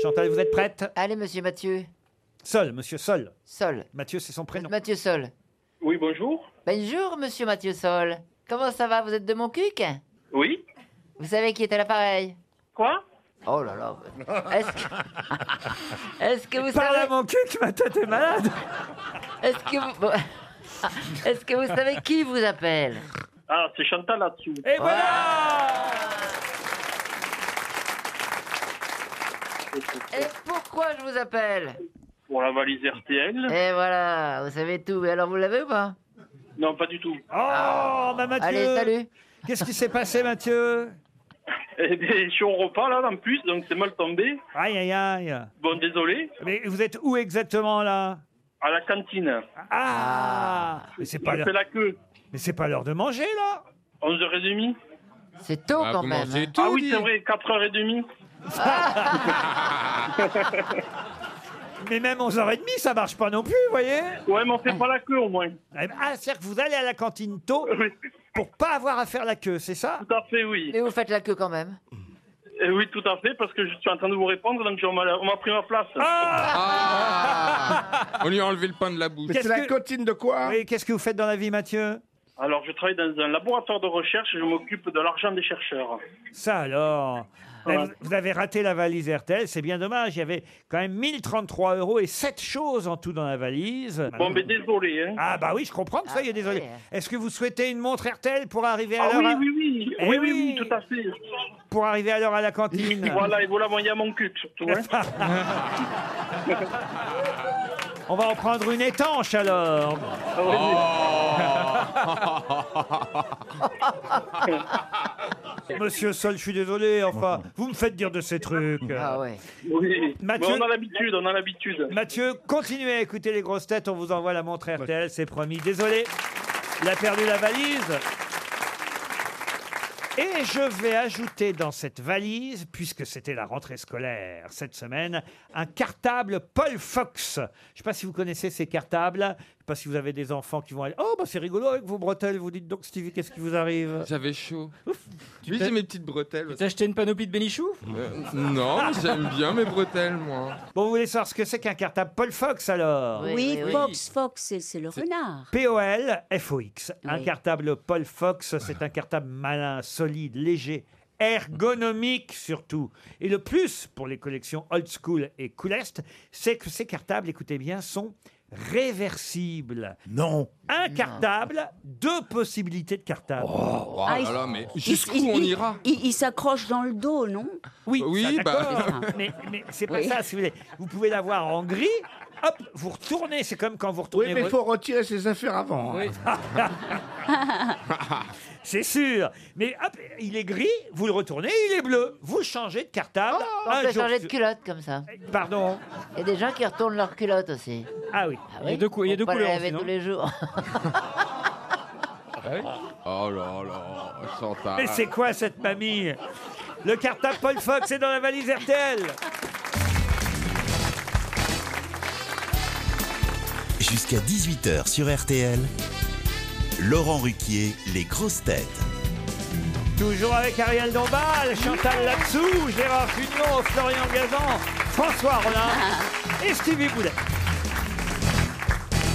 B: Chantal, vous êtes prête
F: Allez, monsieur Mathieu.
B: Sol, Monsieur Sol.
F: Sol.
B: Mathieu, c'est son prénom.
F: Mathieu Sol.
J: Oui, bonjour.
F: Bonjour, monsieur Mathieu Sol. Comment ça va Vous êtes de mon cuc
J: Oui.
F: Vous savez qui est à l'appareil
J: Quoi
F: Oh là là. Est-ce que, Est-ce que vous
B: Parle
F: savez
B: à mon cul, que ma tête est malade
F: Est-ce que vous... bon. Est-ce que vous savez qui vous appelle
J: Ah, c'est Chantal là-dessous.
B: Et voilà
F: Et pourquoi je vous appelle
J: Pour la valise RTL
I: Eh,
F: Et voilà, vous savez tout. Mais alors vous l'avez ou pas
J: Non, pas du tout.
B: Oh, bah Mathieu
F: Allez, salut.
B: Qu'est-ce qui s'est passé, Mathieu
J: Eh bien, je suis au repas, là, en plus, donc c'est mal tombé.
B: Aïe, aïe, aïe. Ah,
J: Bon, désolé.
B: Mais vous êtes où exactement, là
J: À la cantine.
B: Ah Mais c'est pas
J: Je
B: l'heure-
J: fais la queue.
B: mais c'est pas l'heure de manger, là
J: 11h30
F: C'est tôt
G: Ah,
F: quand
G: vous
F: même.
G: mangez
F: hein.
G: tout,
J: Ah oui,
G: dis.
J: c'est vrai, 4h30.
B: Mais même 11h30, ça marche pas non plus, vous voyez
J: Ouais, mais on fait pas la queue, au moins.
B: Eh ben, Ah, c'est-à-dire que vous allez à la cantine tôt
J: Oui,
B: pour pas avoir à faire la queue, c'est ça
J: tout à fait, oui.
F: Mais vous faites la queue quand même.
J: Eh oui, tout à fait, parce que je suis en train de vous répondre, donc on m'a on m'a pris ma place.
B: Ah
G: Ah On lui a enlevé le pain de la bouche.
D: Mais
B: Qu'est-ce
D: c'est la
B: que-
D: cotine de quoi
B: Oui, qu'est-ce que vous faites dans la vie, Mathieu
J: Alors, je travaille dans un laboratoire de recherche, je m'occupe de l'argent des chercheurs.
B: Ça alors
J: Ouais.
B: Ben, vous, vous avez raté la valise RTL, c'est bien dommage. Il y avait quand même 1033 euros et 7 choses en tout dans la valise.
J: Bon, mais désolé, hein.
B: Bah Ah bah oui, je comprends que soyez
F: Ah,
B: désolé.
F: ouais.
B: Est-ce que vous souhaitez une montre RTL pour arriver à
J: Ah
B: l'heure
J: oui,
B: à-
J: oui, oui,
B: Eh
J: oui, oui,
B: oui.
J: oui, tout à fait.
B: pour arriver à l'heure à la cantine
J: Voilà, et voilà, moi, il y a mon cul, surtout. Hein.
B: On va en prendre une étanche alors.
J: Ah ouais,
B: Oh. Monsieur Sol, je suis désolé, enfin, vous me faites dire de ces trucs.
F: Ah ouais.
J: oui.
B: Mathieu-
J: Mais on a l'habitude, on a l'habitude.
B: Mathieu, continuez à écouter les grosses têtes, on vous envoie la montre RTL, c'est promis. Désolé, il a perdu la valise. Et je vais ajouter dans cette valise, puisque c'était la rentrée scolaire cette semaine, un cartable Paul Fox. Je ne sais pas si vous connaissez ces cartables, je ne sais pas si vous avez des enfants qui vont aller... Oh, bah c'est rigolo avec vos bretelles, vous dites donc Stevie, qu'est-ce qui vous arrive
G: J'avais chaud. Oui, j'ai mes petites bretelles.
E: T'as acheté une panoplie de bénichou
G: Euh, non, mais j'aime bien mes bretelles, moi.
B: Bon, vous voulez savoir ce que c'est qu'un cartable Paul Fox alors
F: Oui,
H: Oui,
F: oui, oui.
H: Fox, Fox, c'est- c'est le renard.
B: POL FOX. Un
H: Oui.
B: cartable Paul Fox, c'est un cartable malin, solide, léger, ergonomique surtout. Et le plus pour les collections old school et coolest, c'est que ces cartables, écoutez bien, sont réversibles. Non. Un cartable, deux possibilités de cartable.
G: oh
H: Ah,
G: là là, mais jusqu'où on ira
H: Il, il s'accroche dans le dos, non
B: Oui,
G: Oui,
B: ça,
G: bah.
B: Ah, d'accord. mais, mais c'est pas
H: Oui.
B: ça, si vous voulez. Vous pouvez l'avoir en gris, hop, vous retournez, c'est comme quand vous retournez...
D: mais faut retirer ses affaires avant. hein.
B: Ah. c'est sûr. Mais hop, il est gris, vous le retournez, il est bleu. Vous changez de cartable.
I: Oh, On peut changer de
B: Oh, sur-
I: culotte comme ça.
B: Pardon
I: Il y a des gens qui retournent leur culotte aussi.
B: Ah oui.
I: Ah oui, on peut les laver tous les jours.
G: Oh là là, Chantal.
B: Mais c'est quoi cette mamie Le cartable Paul Fox est dans la valise RTL.
K: Jusqu'à 18h sur RTL, Laurent Ruquier, les grosses têtes.
B: Toujours avec Ariel Dombal, Chantal Latsou, Gérard Funion, Florian Gazan, François Rollin et Stevie Boulet.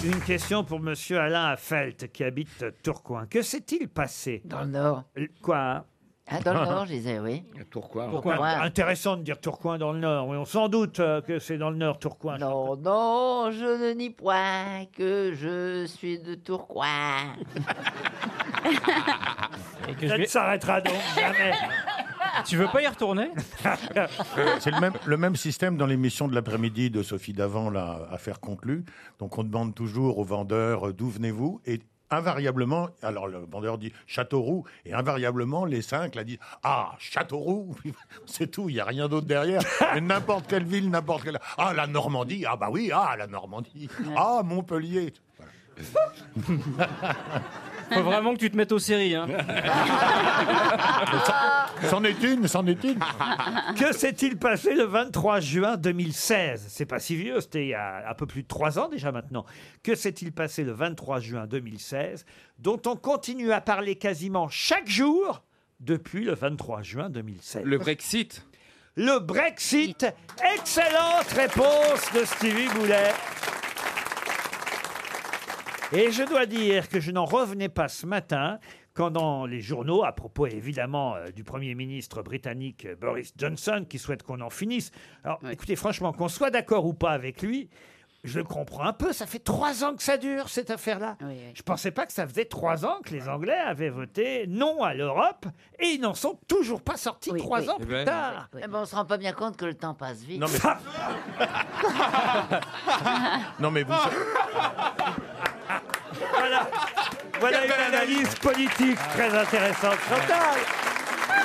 B: Une question pour Monsieur Alain Affelt qui habite Tourcoing. Que s'est-il passé Dans le Nord. Quoi hein
I: Ah, dans le Nord, je disais, oui.
B: Tourcoing.
I: Tourcoing.
B: Intéressant de dire Tourcoing dans le Nord. Oui, on s'en doute euh, que c'est dans le Nord, Tourcoing.
I: Non, non, je ne nie point que je suis de Tourcoing.
B: Ça ne s'arrêtera donc jamais.
E: Tu veux pas y retourner
C: Euh, C'est le même, le même système dans l'émission de l'après-midi de Sophie Davant, là, affaire conclue. Donc on demande toujours aux vendeurs euh, d'où venez-vous et invariablement, alors le vendeur dit Châteauroux et invariablement les cinq là disent ah Châteauroux, c'est tout, il y a rien d'autre derrière. Mais n'importe quelle ville, n'importe quelle ah la Normandie, ah bah oui ah la Normandie, ah Montpellier.
E: Faut vraiment que tu te mettes aux séries. Hein.
C: C'en est une, c'en est une.
B: Que s'est-il passé le 23 juin 2016 C'est pas si vieux, c'était il y a un peu plus de trois ans déjà maintenant. Que s'est-il passé le 23 juin 2016 dont on continue à parler quasiment chaque jour depuis le 23 juin 2016
G: Le Brexit.
B: Le Brexit Excellente réponse de Stevie Boulet et je dois dire que je n'en revenais pas ce matin quand dans les journaux, à propos évidemment euh, du Premier ministre britannique euh, Boris Johnson, qui souhaite qu'on en finisse. Alors écoutez, franchement, qu'on soit d'accord ou pas avec lui, je le comprends un peu, ça fait trois ans que ça dure, cette affaire-là. Je pensais pas que ça faisait trois ans que les Anglais avaient voté non à l'Europe, et ils n'en sont toujours pas sortis trois ans
G: Eh
B: plus
G: ben.
B: tard.
I: Eh ben, on se rend pas bien compte que le temps passe vite.
C: Non, mais- Non mais vous,
G: Ah.
B: Voilà,
G: ben,
B: voilà
G: eh
B: une analyse politique très intéressante. Chantal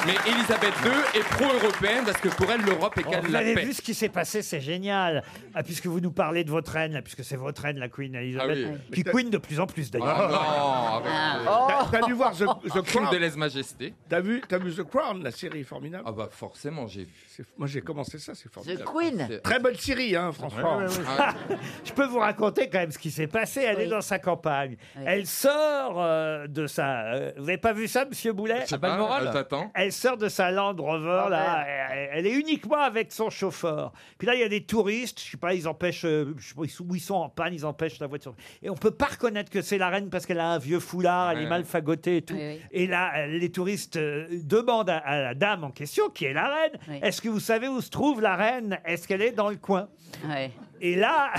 G: Mais Elisabeth II est pro-européenne parce que pour elle, l'Europe est qu'à
B: Oh,
G: de
B: vous
G: la
B: avez
G: paix.
B: vu ce qui s'est passé, c'est génial. Ah, puisque vous nous parlez de votre reine, là, puisque c'est votre reine, la Queen Elizabeth,
G: Ah oui.
B: qui queen de plus en plus d'ailleurs.
G: Ah non, arrêtez.
D: T'as- T'as dû voir The,
E: Oh.
D: The
G: Crime de
D: Crown.
G: lèse-majesté.
D: T'as vu, t'as vu The Crown, la série formidable.
G: Ah bah forcément, j'ai vu.
D: C'est- Moi j'ai commencé ça, c'est formidable.
I: The Queen.
D: Très bonne série, hein, franchement.
G: Ah,
B: Je peux vous raconter quand même ce qui s'est passé. Elle est dans sa campagne. Elle sort euh, de sa. euh, vous n'avez pas vu ça, monsieur Boulet
G: je sais pas,
D: Ah,
E: Balmoral.
D: bah,
G: euh, T'attends.
B: Elle sort de sa Land Rover,
I: Ah
B: là. Elle, elle est uniquement avec son chauffeur. Puis là, il y a des touristes, je sais pas, ils empêchent, euh, je sais pas, ils sont- où ils sont en panne, ils empêchent la voiture. Et on peut pas reconnaître que c'est la reine parce qu'elle a un vieux foulard, elle est
G: Ouais.
B: mal fagotée et tout.
I: Oui, oui.
B: Et là, euh, les touristes euh, demandent à, à la dame en question, qui est la reine,
I: Oui.
B: est-ce que vous savez où se trouve la reine Est-ce qu'elle est dans le coin
I: Ouais.
B: Et là.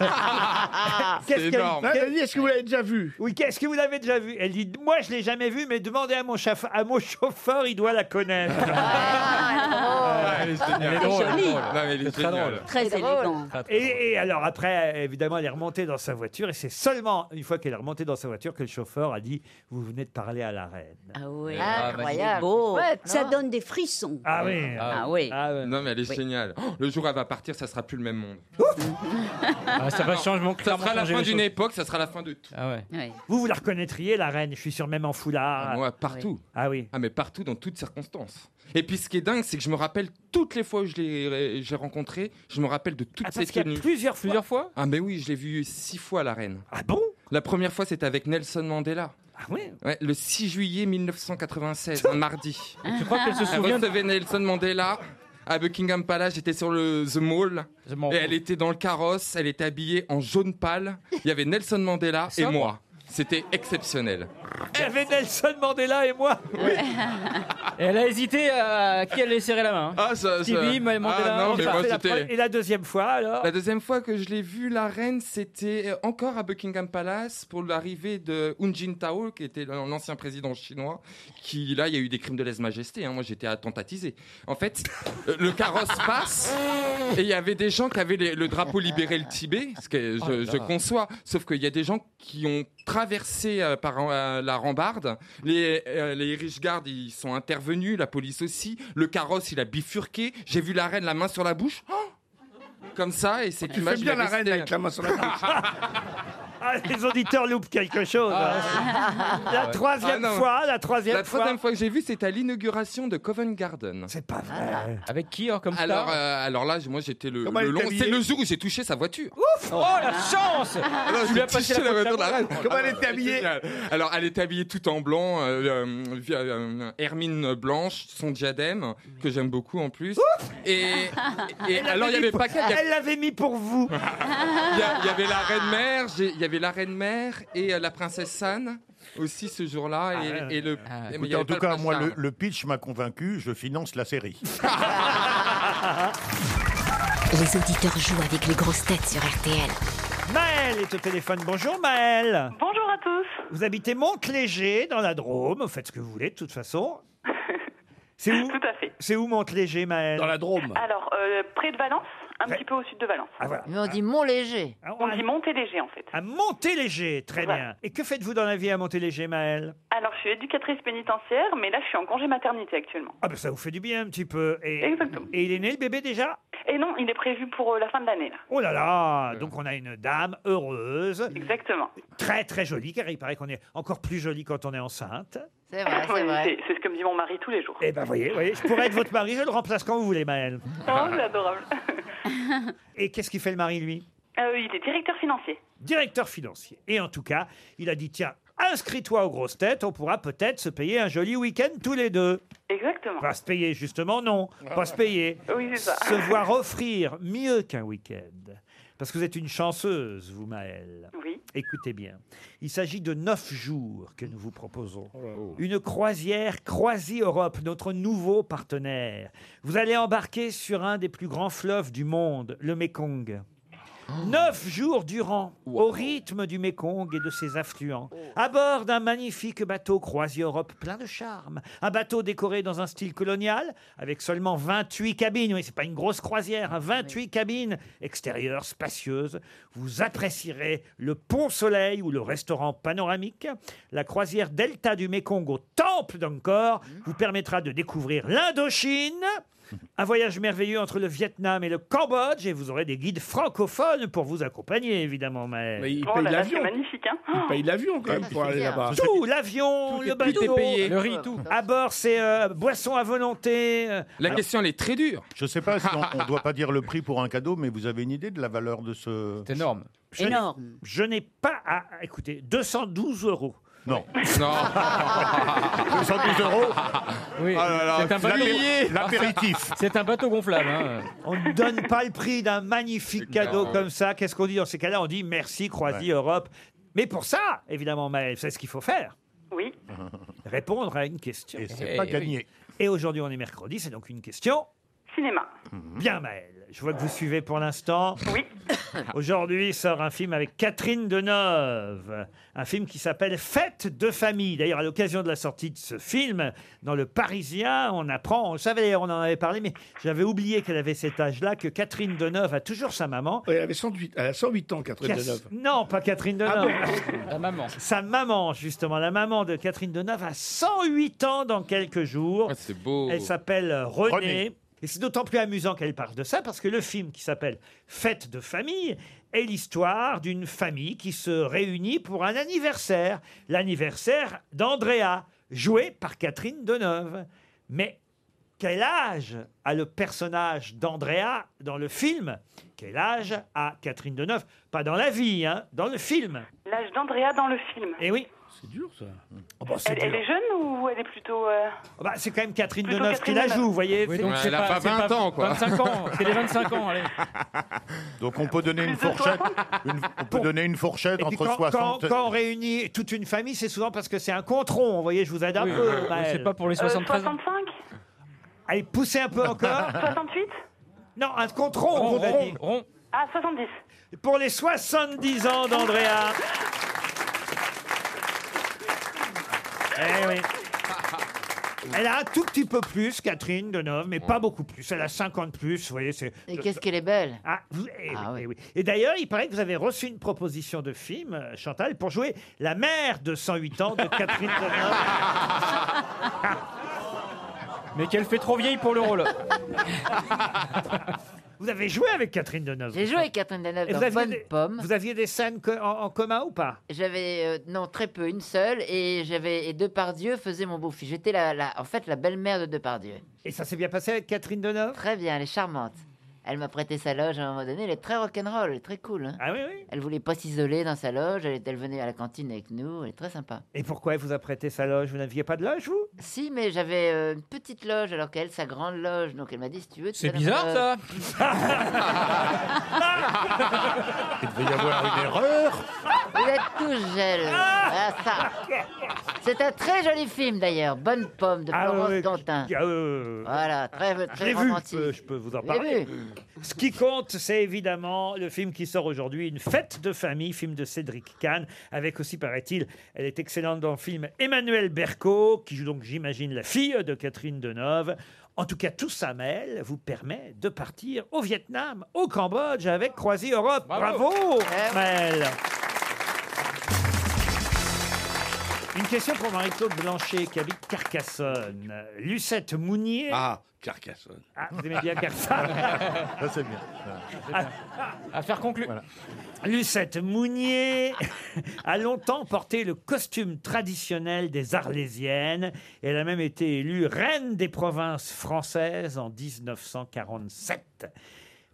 G: C'est
B: qu'elle-
G: énorme.
D: Ah, vas-y, Est-ce que vous l'avez déjà vu
B: oui, qu'est-ce que vous l'avez déjà vu Elle dit Moi, je l'ai jamais vu, mais demandez à mon, chauff- à mon chauffeur, il doit la connaître.
G: Ah, elle est géniale.
E: Elle est drôle, elle est drôle.
G: Non, mais elle est géniale.
H: Très
I: C'est drôle.
H: élégant.
B: Et, et alors après, évidemment, elle est remontée dans sa voiture et c'est seulement une fois qu'elle est remontée dans sa voiture que le chauffeur a dit « Vous venez de parler à la reine
H: Ah oui.
G: bah,
I: Incroyable.
H: Beau.
I: Chouette,
H: ça
I: non
H: donne des frissons. ».
B: Ah oui
H: Ah oui.
B: Ah ouais.
G: Non mais elle est géniale. Oh, Le jour où elle va partir, ça sera plus le même monde.
E: Ah, ça va changer mon
G: Ça sera la fin d'une époque, ça sera la fin de tout.
E: Ah ouais.
H: Ouais.
B: Vous, vous la reconnaîtriez, la reine, je suis sûr, même en foulard.
G: Ah, Moi, partout.
B: Ah oui.
G: Ah mais partout, dans toutes circonstances. Et puis ce qui est dingue, c'est que je me rappelle toutes les fois où je l'ai j'ai rencontré, je me rappelle de toutes
B: Ah,
G: ses
B: parce qu'il y
G: tenues.
B: a plusieurs fois.
E: Plusieurs fois
G: Ah mais oui, je l'ai vu six fois la reine.
B: Ah bon
G: La première fois, c'était avec Nelson Mandela.
B: Ah oui
G: Ouais, le 6 juillet 1996, un mardi.
E: Tu crois qu'elle se
G: Elle
E: souvient de...
G: recevait Nelson Mandela à Buckingham Palace. J'étais sur le The Mall.
E: Je m'en
G: Et elle
E: fous.
G: était dans le carrosse, elle était habillée en jaune pâle. Il y avait Nelson Mandela et
E: Sobre.
G: moi. C'était exceptionnel.
B: Hervé Eh, Nelson Mandela et moi.
E: Elle a hésité à qui allait serrer la main.
G: Ah, ça, ça-
E: Stevie, Mandela,
G: Ah, non, mais moi, c'était-
B: Et la deuxième fois alors
G: La deuxième fois que je l'ai vu, la reine, c'était euh, encore à Buckingham Palace pour l'arrivée de Hun Jintao, qui était l'ancien président chinois, qui là, il y a eu des crimes de lèse-majesté. hein. Moi, j'étais attentatisé. En fait, euh, le carrosse passe et il y avait des gens qui avaient les- le drapeau libéré le Tibet, ce que
L: Oh là
G: je,
L: là.
G: je conçois. Sauf qu'il y a des gens qui ont traversé euh, par euh, la rambarde. Les, euh, les Irish Guards, ils sont intervenus, la police aussi. Le carrosse, il a bifurqué. J'ai vu la reine la main sur la bouche. Oh comme ça et cette
D: Tu
G: image
D: fais bien
G: il est
D: la reine
G: restée.
D: avec la main sur la bouche.
B: Ah, les auditeurs loupent quelque chose. hein.
G: Ah
B: La
G: ouais.
B: troisième
G: Ah non.
B: fois, la troisième
G: La
B: fois.
G: troisième fois que j'ai vu, c'était à l'inauguration de Covent Garden.
B: C'est pas vrai.
G: Avec qui comme
E: star
G: alors, euh, alors là, moi j'étais le,
E: Comment
G: le
E: elle
G: long.
E: est habillée
G: C'est le jour où j'ai touché sa voiture.
E: Ouf Oh la chance
G: Alors,
E: Tu lui as passé la
G: voiture
E: voiture
G: de Ah, la reine. Ah,
E: Comment elle
G: était habillée Alors, elle était habillée tout en blanc, euh, euh, via- euh, hermine blanche, son diadème, que j'aime beaucoup en plus. et
H: Ah,
G: et
B: Elle
G: alors, il n'y
B: l'avait
G: avait
B: mis
G: pas
B: pour-
G: qu'elle. il y a-
B: Elle l'avait mis pour vous.
G: Il y a- il y avait la reine mère, j'ai- il y avait la reine mère et euh, la princesse San aussi ce jour-là et, et le. mais il y
C: Ah,
G: avait
C: Écoutez, en tout
G: pas le
C: cas,
G: prince
C: moi,
G: Charles.
C: le, le pitch m'a convaincu, je finance la série.
A: Les auditeurs jouent avec les grosses têtes sur RTL.
B: Maëlle est au téléphone. Bonjour Maëlle. Bonjour à tous. Vous habitez Montlégé dans la Drôme. Vous faites ce que vous voulez de toute façon. C'est où Tout à fait. C'est où Montlégé, Maëlle Dans la Drôme.
M: Alors, euh, près de Valence, un petit peu au sud de Valence.
B: Ah, voilà.
M: Mais on dit Mont-Léger. on dit Mont-Léger, en fait.
B: À Montéléger, très
M: Voilà.
B: bien. Et que faites-vous dans la vie à Montéléger, Maëlle
M: Alors, je suis éducatrice pénitentiaire, mais là, je suis en congé maternité actuellement.
B: Ah ben ça vous fait du bien un petit peu. Et, et il est né le bébé déjà
M: Et non, il est prévu pour euh, la fin de l'année, là.
B: Oh là là Donc on a une dame heureuse. Exactement. Très très jolie, car il paraît qu'on est encore plus jolie quand on est enceinte.
M: C'est vrai, c'est vrai. C'est ce que me dit mon mari tous les jours.
B: Eh ben voyez, voyez, je pourrais être votre mari, je le remplace quand vous voulez, Maëlle.
M: Oh, c'est adorable.
B: Et qu'est-ce qu'il fait le mari, lui
M: Euh, il est directeur financier.
B: Directeur financier. Et en tout cas, il a dit, tiens, inscris-toi aux grosses têtes, on pourra peut-être se payer un joli week-end tous les deux.
M: Exactement.
B: Pas se payer, justement, non. Pas se payer.
M: Oui, c'est ça.
B: Se voir offrir mieux qu'un week-end. Parce que vous êtes une chanceuse, vous, Maëlle.
M: Oui.
B: Écoutez bien. Il s'agit de neuf jours que nous vous proposons. Oh. Une croisière Croisi-Europe, notre nouveau partenaire. Vous allez embarquer sur un des plus grands fleuves du monde, le Mekong. Neuf jours durant, au rythme du Mékong et de ses affluents, à bord d'un magnifique bateau croisier Europe plein de charme. Un bateau décoré dans un style colonial, avec seulement 28 cabines. Oui, c'est pas une grosse croisière, hein, 28 cabines extérieures, spacieuses. Vous apprécierez le pont Soleil ou le restaurant panoramique. La croisière Delta du Mékong au temple d'Angkor
D: Mmh.
B: vous permettra de découvrir l'Indochine. Un voyage merveilleux entre le Vietnam et le Cambodge et vous aurez des guides francophones pour vous accompagner évidemment. Mais,
D: il Oh paye là là, l'avion. c'est
M: magnifique. Hein
D: Il paye l'avion quand même pour aller là-bas.
B: Tout, l'avion,
D: tout
B: le
D: est- tout est
B: bateau,
D: payé. Le riz, tout.
B: À bord, c'est euh, boisson à volonté. euh,
G: La question, elle est très dure.
C: Je sais pas si on ne doit pas dire le prix pour un cadeau, mais vous avez une idée de la valeur de ce. C'est énorme.
B: je n'ai- Je n'ai pas à. Écoutez, 212 euros.
C: Non.
G: Non.
C: 212 euros.
E: Oui. c'est un bateau.
C: L'apéritif.
E: C'est un bateau gonflable. hein.
B: On ne donne pas le prix d'un magnifique
E: clair.
B: cadeau comme ça. Qu'est-ce qu'on dit dans ces cas-là On dit merci, Croisi, Europe. Mais pour ça, évidemment, Maël, c'est ce qu'il faut faire.
M: Oui.
B: Répondre à une question. Et
C: c'est Eh pas oui. gagné.
B: Et aujourd'hui, on est mercredi, c'est donc une question.
M: Cinéma.
B: Bien, Maël. Je vois que vous suivez pour l'instant. Oui. Aujourd'hui sort un film avec Catherine Deneuve. Un film qui s'appelle Fête de famille. D'ailleurs, à l'occasion de la sortie de ce film, dans Le Parisien, on apprend, on savait d'ailleurs, on en avait parlé, mais j'avais oublié qu'elle avait cet âge-là, que Catherine Deneuve a toujours sa maman.
D: Elle avait 108, elle a 108 ans, Catherine
B: Qui a-
D: Deneuve.
B: Non, pas Catherine Deneuve.
E: La maman.
B: Sa maman, justement, la maman de Catherine Deneuve a 108 ans dans quelques jours.
G: c'est beau.
B: Elle s'appelle euh, Renée.
G: Renée.
B: Et c'est d'autant plus amusant qu'elle parle de ça parce que le film qui s'appelle Fête de famille est l'histoire d'une famille qui se réunit pour un anniversaire. L'anniversaire d'Andrea, joué par Catherine Deneuve. Mais quel âge a le personnage d'Andrea dans le film Quel âge a Catherine Deneuve Pas dans la vie, hein, dans le film.
M: L'âge d'Andrea dans le film.
B: Eh oui,
D: C'est dur, ça.
B: Oh, bah,
M: elle, elle est jeune ou elle est plutôt. euh,
B: Ah bah, c'est quand même Catherine
M: Plutôt
B: Deneuve qui
M: Catherine
B: la
M: Deneuve.
B: joue, vous voyez.
M: Oui,
B: C'est-
M: donc
B: c'est
M: elle a pas
B: c'est
M: 20 ans, quoi.
E: 25 ans, c'est les 25 ans, allez.
C: Donc on peut donner une fourchette, une- on peut donner une fourchette
B: Et puis
C: entre
B: quand, quand-
C: 60.
B: quand on réunit toute une famille, c'est souvent parce que c'est un contron. Vous voyez, je vous aide un
C: Oui,
B: peu.
C: oui, oui,
B: Maëlle.
C: c'est pas pour les
M: euh, 65
B: Allez, poussez un peu encore.
M: 68
B: Non, un contron.
M: Rond,
B: contron.
M: rond, Ah, 70.
B: Pour les 70 ans d'Andrea. Eh oui. Elle a un tout petit peu plus, Catherine Deneuve, mais pas beaucoup plus. Elle a 50 plus, vous voyez. c'est-
F: Et qu'est-ce qu'elle est belle
B: Ah, vous- eh oui, eh oui. Et d'ailleurs, il paraît que vous avez reçu une proposition de film, euh, Chantal, pour jouer la mère de 108 ans de Catherine Deneuve. Mais qu'elle fait trop vieille pour le rôle. vous avez joué avec Catherine Deneuve.
F: J'ai joué avec Catherine Deneuve
B: Et
F: dans
B: vous aviez
F: Bonne
B: des-
F: Pomme.
B: Vous aviez des scènes co- en, en commun ou pas
F: J'avais euh, non très peu, une seule, et j'avais et Depardieu faisait mon beau-fils. J'étais la, la- en fait la belle-mère de Depardieu.
B: Et ça s'est bien passé avec Catherine Deneuve
F: Très bien, elle est charmante. Elle m'a prêté sa loge à un moment donné. Elle est très rock'n'roll, elle est très cool. hein.
B: Ah oui, oui.
F: Elle voulait pas s'isoler dans sa loge. Elle, est- elle venait à la cantine avec nous. Elle est très sympa.
B: Et pourquoi elle vous a prêté sa loge Vous n'aviez pas de loge, vous
F: Si, mais j'avais euh, une petite loge alors qu'elle sa grande loge. Donc elle m'a dit si tu veux. tu
E: C'est
F: vas dans
E: bizarre,
F: ma
E: ça
F: loge.
C: Il devait y avoir une erreur.
F: Vous êtes tous gel. Ah, ça. C'est un très joli film d'ailleurs. Bonne pomme de
B: Ah,
F: Florence
B: oui, oui.
F: Dantin.
B: Ah, oui, oui, oui.
F: Voilà, très,
B: Je
F: très
B: l'ai vu,
F: romantique.
B: je peux, je peux vous en
F: Je l'ai
B: parler.
F: vu.
B: Ce qui compte, c'est évidemment le film qui sort aujourd'hui, Une fête de famille, film de Cédric Kahn, avec aussi, paraît-il, elle est excellente dans le film Emmanuel Berco, qui joue donc, j'imagine, la fille de Catherine Deneuve. En tout cas, tout ça mêle vous permet de partir au Vietnam, au Cambodge, avec Croisi Europe. Bravo,
F: Eh
B: Maëlle. Une question pour Marie-Claude Blanchet, qui habite Carcassonne. Lucette Mounier.
D: Ah, Carcassonne.
B: Ah, vous aimez bien Carcassonne.
C: Ça, c'est bien.
B: Affaire conclue. Lucette Mounier a longtemps porté le costume traditionnel des Arlésiennes. Elle a même été élue reine des provinces françaises en 1947.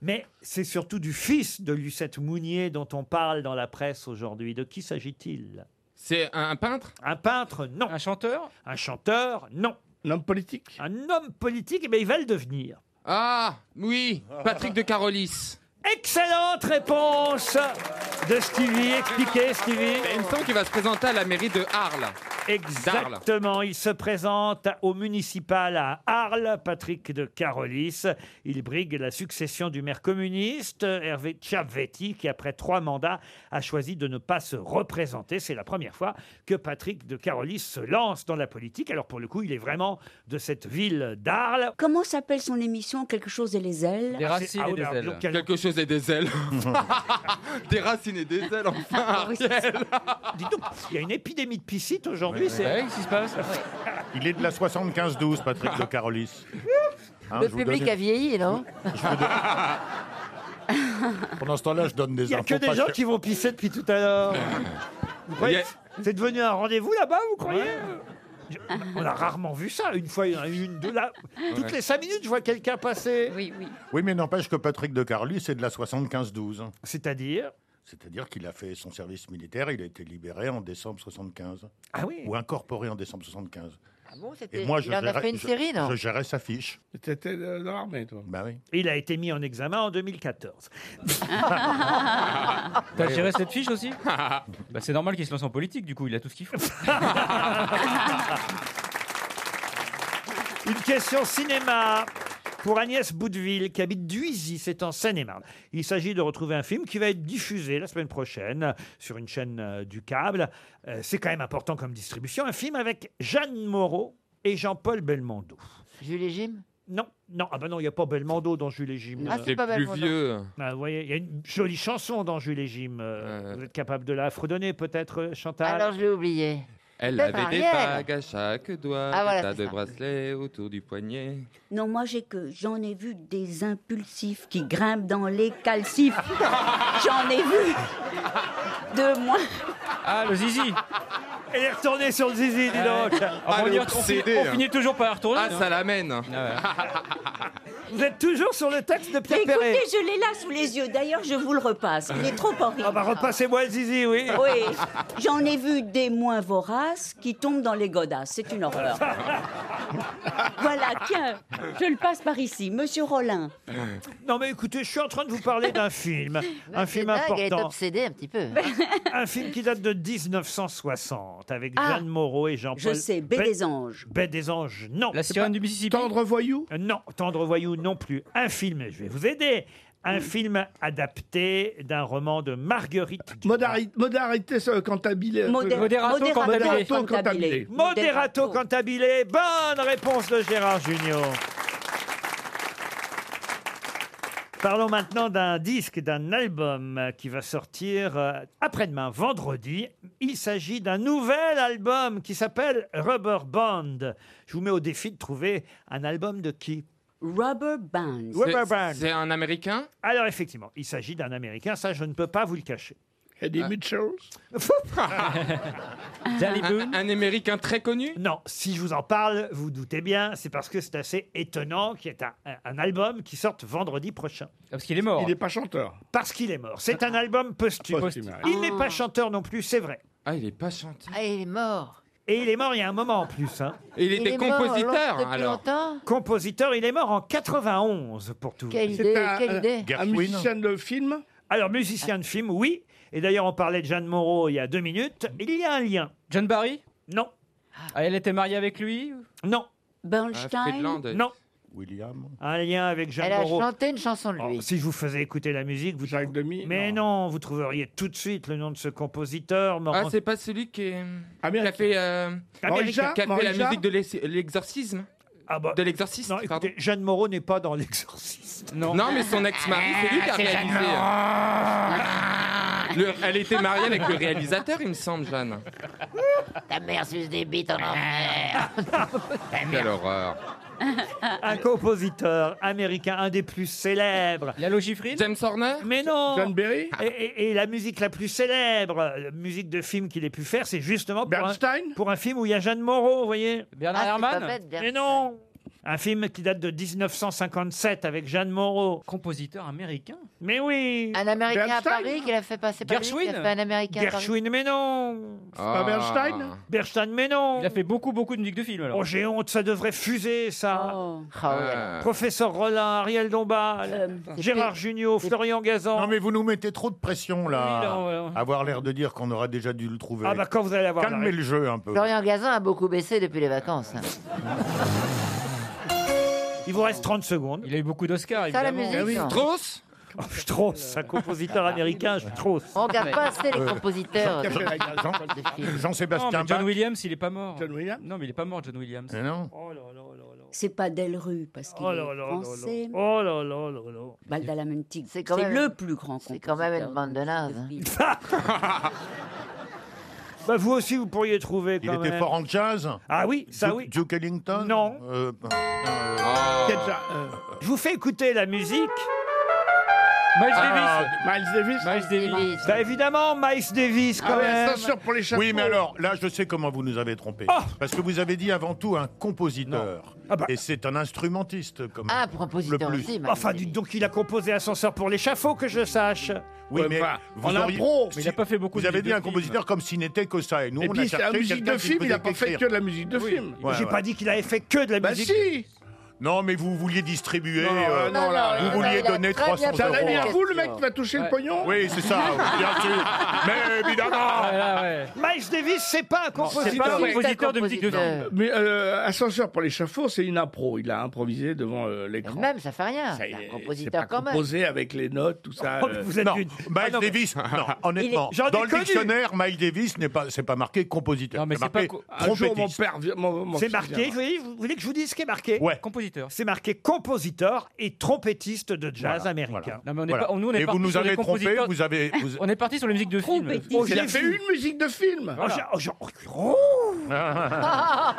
B: Mais c'est surtout du fils de Lucette Mounier dont on parle dans la presse aujourd'hui. De qui s'agit-il
G: C'est un, un peintre
B: Un peintre, non. Un chanteur Un chanteur, non. Un homme politique Un homme politique, eh bien, il va le devenir.
G: Ah, oui, Patrick de Carolis.
B: Excellente réponse de Stevie. Expliquez, Stevie.
G: Il me semble qu'il va se présenter à la mairie de Arles. D'Arles.
B: Exactement, il se présente au municipal à Arles, Patrick de Carolis. Il brigue la succession du maire communiste, Hervé Chiavetti, qui après trois mandats a choisi de ne pas se représenter. C'est la première fois que Patrick de Carolis se lance dans la politique. Alors pour le coup, il est vraiment de cette ville d'Arles.
H: Comment s'appelle son émission Quelque chose et les ailes
B: Des racines Ah oui, et des alors, ailes. donc, quel-
G: Quelque chose et des ailes. des racines et des ailes, enfin,
F: Ah
G: Ariel.
B: Il y a une épidémie de piscite aujourd'hui.
C: Ouais.
B: c'est
C: Ouais,
B: qu'est-ce qui se passe
C: Il est de la 75-12, Patrick de Carolis. Hein,
F: le
C: je vous
F: public
C: donne-
F: a vieilli, non
C: Pendant ce temps-là, je donne des
B: Il n'y a
C: infos
B: que des
C: pas
B: gens
C: chères.
B: qui vont pisser depuis tout à l'heure. Vous croyez
C: Il y
B: C'est devenu un rendez-vous là-bas, vous croyez Je- On a rarement vu ça. Une fois, il y en a eu une, deux là. Toutes
C: Ouais.
B: les cinq minutes, je vois quelqu'un passer. Oui, oui.
C: Oui, mais n'empêche que Patrick de Carly, c'est de la 75-12. hein.
B: C'est-à-dire
C: C'est-à-dire qu'il a fait son service militaire, il a été libéré en décembre 75.
B: Ah oui
C: Ou incorporé en décembre 75.
F: Ah bon, c'était-
C: Et moi, je
F: il en a
C: gérais-
F: fait une
C: je-
F: série, non
C: Je gérais sa fiche.
D: T'étais euh, dans l'armée, toi.
C: Bah oui.
B: Il a été mis en examen en 2014.
E: T'as géré cette fiche aussi Bah, C'est normal qu'il se lance en politique, du coup, il a tout ce qu'il faut.
B: Une question cinéma pour Agnès Boudeville, qui habite Duisy, c'est en Seine-et-Marne. Il s'agit de retrouver un film qui va être diffusé la semaine prochaine sur une chaîne euh, du câble. Euh, c'est quand même important comme distribution. Un film avec Jeanne Moreau et Jean-Paul Belmondo.
F: Jules et Jim
B: Non, non, ah ben non, il n'y a pas Belmondo dans Jules et Jim.
F: Ah, c'est C'est pas plus Belmondo. vieux.
B: Ah, vous voyez, il y a une jolie chanson dans Jules et Jim. Euh, Vous êtes capable de la fredonner peut-être, euh, Chantal
F: Alors je l'ai oublié.
G: Elle
F: Peut-être
G: avait des
F: Ariel.
G: bagues à chaque doigt,
F: Ah, voilà,
G: des tas
F: c'est
G: de
F: ça.
G: bracelets autour du poignet.
H: Non, moi j'ai que j'en ai vu des impulsifs qui grimpent dans les calcifs. j'en ai vu de moi.
E: Ah, le zizi
B: Il est retourné sur le zizi, dis donc.
G: Ah, le obsédé, hein.
B: toujours par retourner.
G: Ah, ça l'amène.
B: Vous êtes toujours sur le texte de Pierre Perret.
H: Écoutez, je l'ai là sous les yeux. D'ailleurs, je vous le repasse. Il est trop horrible.
B: Ah bah repassez-moi le zizi, oui.
H: Oui, j'en ai vu des moins voraces qui tombent dans les godasses. C'est une horreur. voilà, tiens, je le passe par ici. Monsieur Rollin.
B: Non mais écoutez, je suis en train de vous parler d'un film. un
F: C'est
B: film
F: dingue, Elle est
B: important.
F: obsédée un petit peu.
B: Un film qui date de 1960 avec
F: Ah,
B: Jeanne Moreau et Jean-Paul.
F: je sais, Baie des
B: Anges. Baie des Anges, non. La
E: sirène du
B: Mississippi. Tendre voyou Non, Tendre voyou non plus. Un film, je vais vous aider. Un film adapté d'un roman de Marguerite
D: Modari- Modalité euh, cantabile.
B: Modé- Moderato Moderato cantabile.
D: Moderato cantabile.
B: Moderato Cantabile. Bonne réponse de Gérard Junior. Parlons maintenant d'un disque, d'un album euh, qui va sortir euh, après-demain, vendredi. Il s'agit d'un nouvel album qui s'appelle Rubber Band. Je vous mets au défi de trouver un album de qui
H: Rubber Band.
B: Rubber Band.
G: C'est un Américain
B: Alors effectivement, il s'agit d'un Américain, ça je ne peux pas vous le cacher.
G: Eddie Ah.
B: Mitchell
G: Un-
B: Américain très connu Non, si je vous en parle, vous doutez bien, c'est parce que c'est assez étonnant qu'il y ait un, un album qui sorte vendredi prochain. Parce qu'il est mort.
D: Il n'est pas chanteur.
B: Parce qu'il est mort. C'est un album posthume.
D: Posthume, ouais.
B: Il n'est pas chanteur non plus, c'est vrai.
G: Ah, il est pas chanteur.
F: Ah, il est mort.
B: Et il est mort il y a un moment en plus. hein.
G: Il était
F: est mort long- depuis longtemps.
B: Compositeur, il est mort en 91 pour tout. vous
F: Quelle
B: dire.
F: idée, C'est un- quelle un- idée.
D: un musicien
B: de film Alors, musicien de film, oui. Et d'ailleurs, on parlait de Jeanne Moreau il y a deux minutes. Il y a un lien. John Barry Non. elle était mariée avec lui Non.
G: Ah,
H: Bernstein Friedland.
B: Non. William Un lien avec Jeanne
F: Elle a
B: Moreau.
F: chanté une chanson de lui.
B: Oh, si je vous faisais écouter la musique, vous Jacques Demi. Mais non. vous trouveriez tout de suite le nom de ce compositeur. mort
G: Ah,
B: en-
G: c'est pas celui qui, est- qui a fait, euh,
B: Américain.
G: qui a fait la
B: Morija
G: musique de l'ex- l'exorcisme.
B: de
G: l'exorciste.
B: Ah bah, Non, écoutez, Jeanne Moreau n'est pas dans l'exorciste.
G: Non. mais son ex-mari, c'est lui qui a
B: Ah, c'est Jeanne
G: réalisé. hein. euh, le- elle était mariée avec le réalisateur, il me semble, Jeanne.
I: Ta mère suce des bites en enfer.
G: Quelle horreur.
B: un compositeur américain, un des plus célèbres. La Logifrine
G: James Horner
B: Mais non
G: John
B: Berry et, et- et la musique la plus célèbre, euh, musique de film qu'il ait pu faire, c'est justement pour un, pour un film où il y a Jeanne Moreau, vous voyez
E: Bernard Ah, c'est Herrmann pas bête,
B: Mais non un film qui date de 1957 avec Jeanne Moreau. Compositeur américain Mais oui
F: Un Américain à
B: Bernstein
F: Paris qui l'a fait passer par lui, qui a
B: Gershwin
F: fait un Américain à Paris.
B: Gershwin, mais non
F: C'est pas Ah. Bernstein
B: Bernstein, mais non Il a fait beaucoup, beaucoup de musique de film, alors. Oh, j'ai honte, ça devrait fuser, ça
F: Oh.
B: Euh,
C: Ah ouais.
B: Professeur Rollin, Ariel Dombal,
F: Euh,
B: Gérard Junior, Florian Gazan.
C: Non, mais vous nous mettez trop de pression, là.
F: Oui, non, ouais, ouais.
C: Avoir l'air de dire qu'on aura déjà dû le trouver.
F: Ah, bah, quand vous allez avoir
C: Calmez
F: la-
C: le jeu un peu.
F: Florian Gazan a beaucoup baissé depuis les vacances. hein.
B: Il vous reste 30 secondes. Il a eu beaucoup d'Oscars, Ah
F: Ça, la évidemment. musique, non. Ah,
B: Strauss Oh, Strauss, un compositeur américain, Strauss.
F: On regarde pas assez les
B: Euh,
F: compositeurs.
B: Jean- Jean-
C: Jean-Sébastien
E: Non, mais
C: Bach.
E: John Williams, il est pas mort. John Williams Non, mais il est pas mort, John Williams.
C: non.
H: C'est pas Delru, parce qu'il
F: Oh là là
H: est
F: là
H: français.
B: Oh là là là là.
H: Baldalamantig, c'est
F: quand même-
H: le plus grand
F: C'est quand même une bande de nazes. hein.
B: Ah, Bah, vous aussi, vous pourriez trouver.
C: Il
B: quand
C: était
B: même.
C: fort en jazz
B: Ah oui, ça oui.
C: Duke Ellington
B: Non.
C: Euh,
B: Déjà, euh, Je vous fais écouter la musique. Miles
C: Ah,
B: Davis. Miles Davis. Ah Bah, évidemment, Miles Davis quand même.
C: Oui, mais alors, là, je sais comment vous nous avez trompés. Parce que vous avez dit avant tout un compositeur. Et c'est un instrumentiste, comme
B: Ah,
C: compositeur Le plus. aussi, Miles
B: Enfin, dites donc, il a composé Ascenseur pour l'échafaud, que je sache.
C: Oui, mais vous auriez- si- Vous avez dit un compositeur comme s'il n'était que ça. Et nous,
D: Et
C: on
D: puis,
C: a
D: c'est
C: cherché
D: la musique
C: quelqu'un
D: de
C: qui
D: film, il
C: pouvait
D: a pas fait
C: écrire.
D: que de la musique de film.
C: Ouais,
B: J'ai
C: ouais.
B: pas dit qu'il avait fait que de la
C: Bah
B: musique.
C: si Non, mais vous vouliez distribuer.
D: Non,
C: euh,
D: non, là,
C: vous
D: là,
C: vouliez
D: il a
C: donner
D: très
C: 300
D: bien
C: euros.
D: posé la Ça va bien, vous, le mec qui va toucher le Ouais. pognon
C: Oui, c'est ça, Ah, oui, bien sûr.
B: ah,
C: Mais évidemment
B: Miles Davis, ah, c'est pas un compositeur.
D: Mais euh, Ascenseur pour l'échafaud, c'est une impro. Il a improvisé devant euh, l'écran.
F: Même, ça fait rien.
D: Ça,
F: C'est un
D: il-
F: compositeur
D: c'est
F: quand
D: pas
F: même.
D: composé avec les notes, tout ça. euh,
C: Oh, mais vous êtes Non, une- Miles Ah, non, mais- Davis, non, honnêtement, dans le dictionnaire, Miles Davis n'est pas, c'est pas marqué compositeur. Non,
D: mais c'est
C: marqué
D: pas co- un jour, mon
C: trompettiste.
D: père vient- mon- mon
B: C'est
D: fils
B: marqué,
D: viendra.
B: vous voyez, vous voulez que je vous dise ce qui est marqué
C: Ouais.
B: Compositeur. C'est marqué compositeur et trompettiste de jazz
E: Voilà,
B: américain.
E: Non, mais on est pas- nous, on est
C: Et
E: parti
C: vous nous
E: sur les
C: avez trompé,
E: compositeurs-
C: vous avez.
E: On est parti sur les musiques de films.
D: Il a fait une musique de film.
B: Oh, j'ai- oh, j'ai- oh,
I: Ah,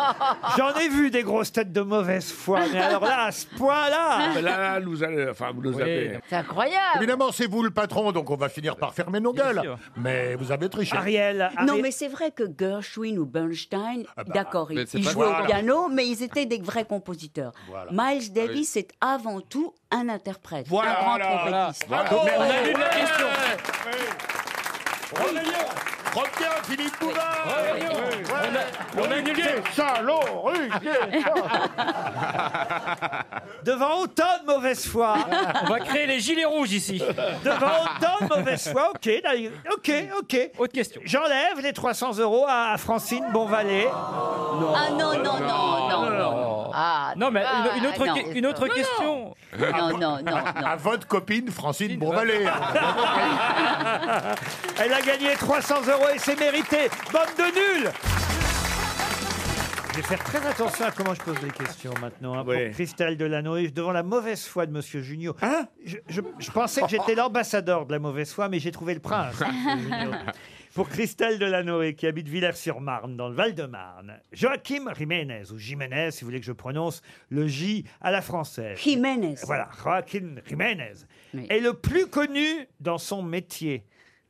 B: J'en ai vu des grosses têtes de mauvaise foi, mais alors là, à ce point-là.
D: Mais là, là, nous allez, enfin, vous nous avez.
F: C'est incroyable.
C: Évidemment, c'est vous le patron, donc on va finir par fermer nos gueules. Mais vous avez triché.
H: Non, mais c'est vrai que Gershwin ou Bernstein,
C: bah,
H: d'accord,
C: mais
H: ils,
C: c'est
H: ils
C: pas-
H: jouaient
C: Voilà.
H: au piano, mais ils étaient des vrais compositeurs.
C: Voilà.
H: Miles Davis, c'est avant tout un interprète, un grand trompettiste. euh,
C: Bravo.
H: Mais on a
C: Ouais.
H: eu la question.
C: Reviens, reviens, Philippe Bouvard
B: On a une idée. Devant autant de mauvaise foi.
L: On va créer les gilets rouges ici.
B: Devant autant de mauvaise foi, ok, d'ailleurs, ok, ok.
L: Autre question.
B: J'enlève les 300 euros à à Francine Bonvalet.
H: Ah non, non, non, non. Ah,
L: Non, mais une, une autre,
H: non.
L: que- une autre
H: Non, non.
L: question.
H: Non, non, non.
C: À votre copine, Francine Bourvalet.
B: Elle a gagné 300 euros et c'est mérité. Bande de nuls Je vais faire très attention à comment je pose les questions maintenant. hein,
D: Ouais.
B: Pour Christelle Delanoë, devant la mauvaise foi de Monsieur Junio.
L: Hein
B: je, je- je pensais que j'étais l'ambassadeur de la mauvaise foi, mais j'ai trouvé le prince. monsieur Junio. Pour Christelle Delanoë, qui habite Villers-sur-Marne, dans le Val-de-Marne. Joachim Jiménez, ou Jiménez, si vous voulez que je prononce le J à la française.
H: Jiménez.
B: Voilà, Joaquin Jiménez est le plus connu dans son métier.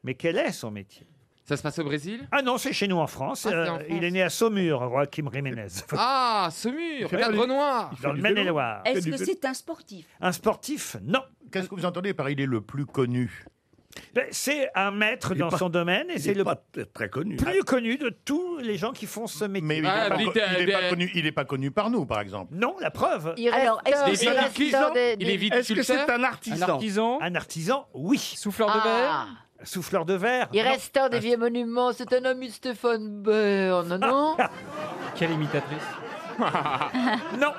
B: Mais quel est son métier
G: Ça se passe au Brésil
B: Ah non, c'est chez nous en France.
G: Ah, c'est
B: Euh,
G: en France.
B: Il est né à Saumur, Joachim Jiménez.
G: Ah, ce mur
B: fait pas
G: Cadre
B: du-
G: noir
B: Dans le Maine-et-Loire.
H: Est-ce que c'est un sportif
B: Un sportif Non.
C: Qu'est-ce que vous entendez par il est le plus connu
B: Ben, C'est un maître dans son domaine et
C: il
B: c'est
C: est
B: le
C: pas
D: très connu.
B: plus connu de tous les gens qui font ce métier.
C: Mais il n'est
G: Ah,
C: pas, co- il
G: euh,
C: est pas connu, il est pas connu par nous, par exemple.
B: Non, la preuve.
I: Il reste
B: Alors,
I: dans-
B: est-ce que
I: il
B: c'est un
I: reste
B: artisan
I: dans des- des-
D: Est-ce que c'est un artisan
B: Un artisan Un artisan, oui. Souffleur
I: de verre
B: Souffleur de verre
I: Ah. Il
B: Non.
I: reste un des vieux monuments, c'est un homme de Stéphane Bern, non
E: Quelle imitatrice
B: Non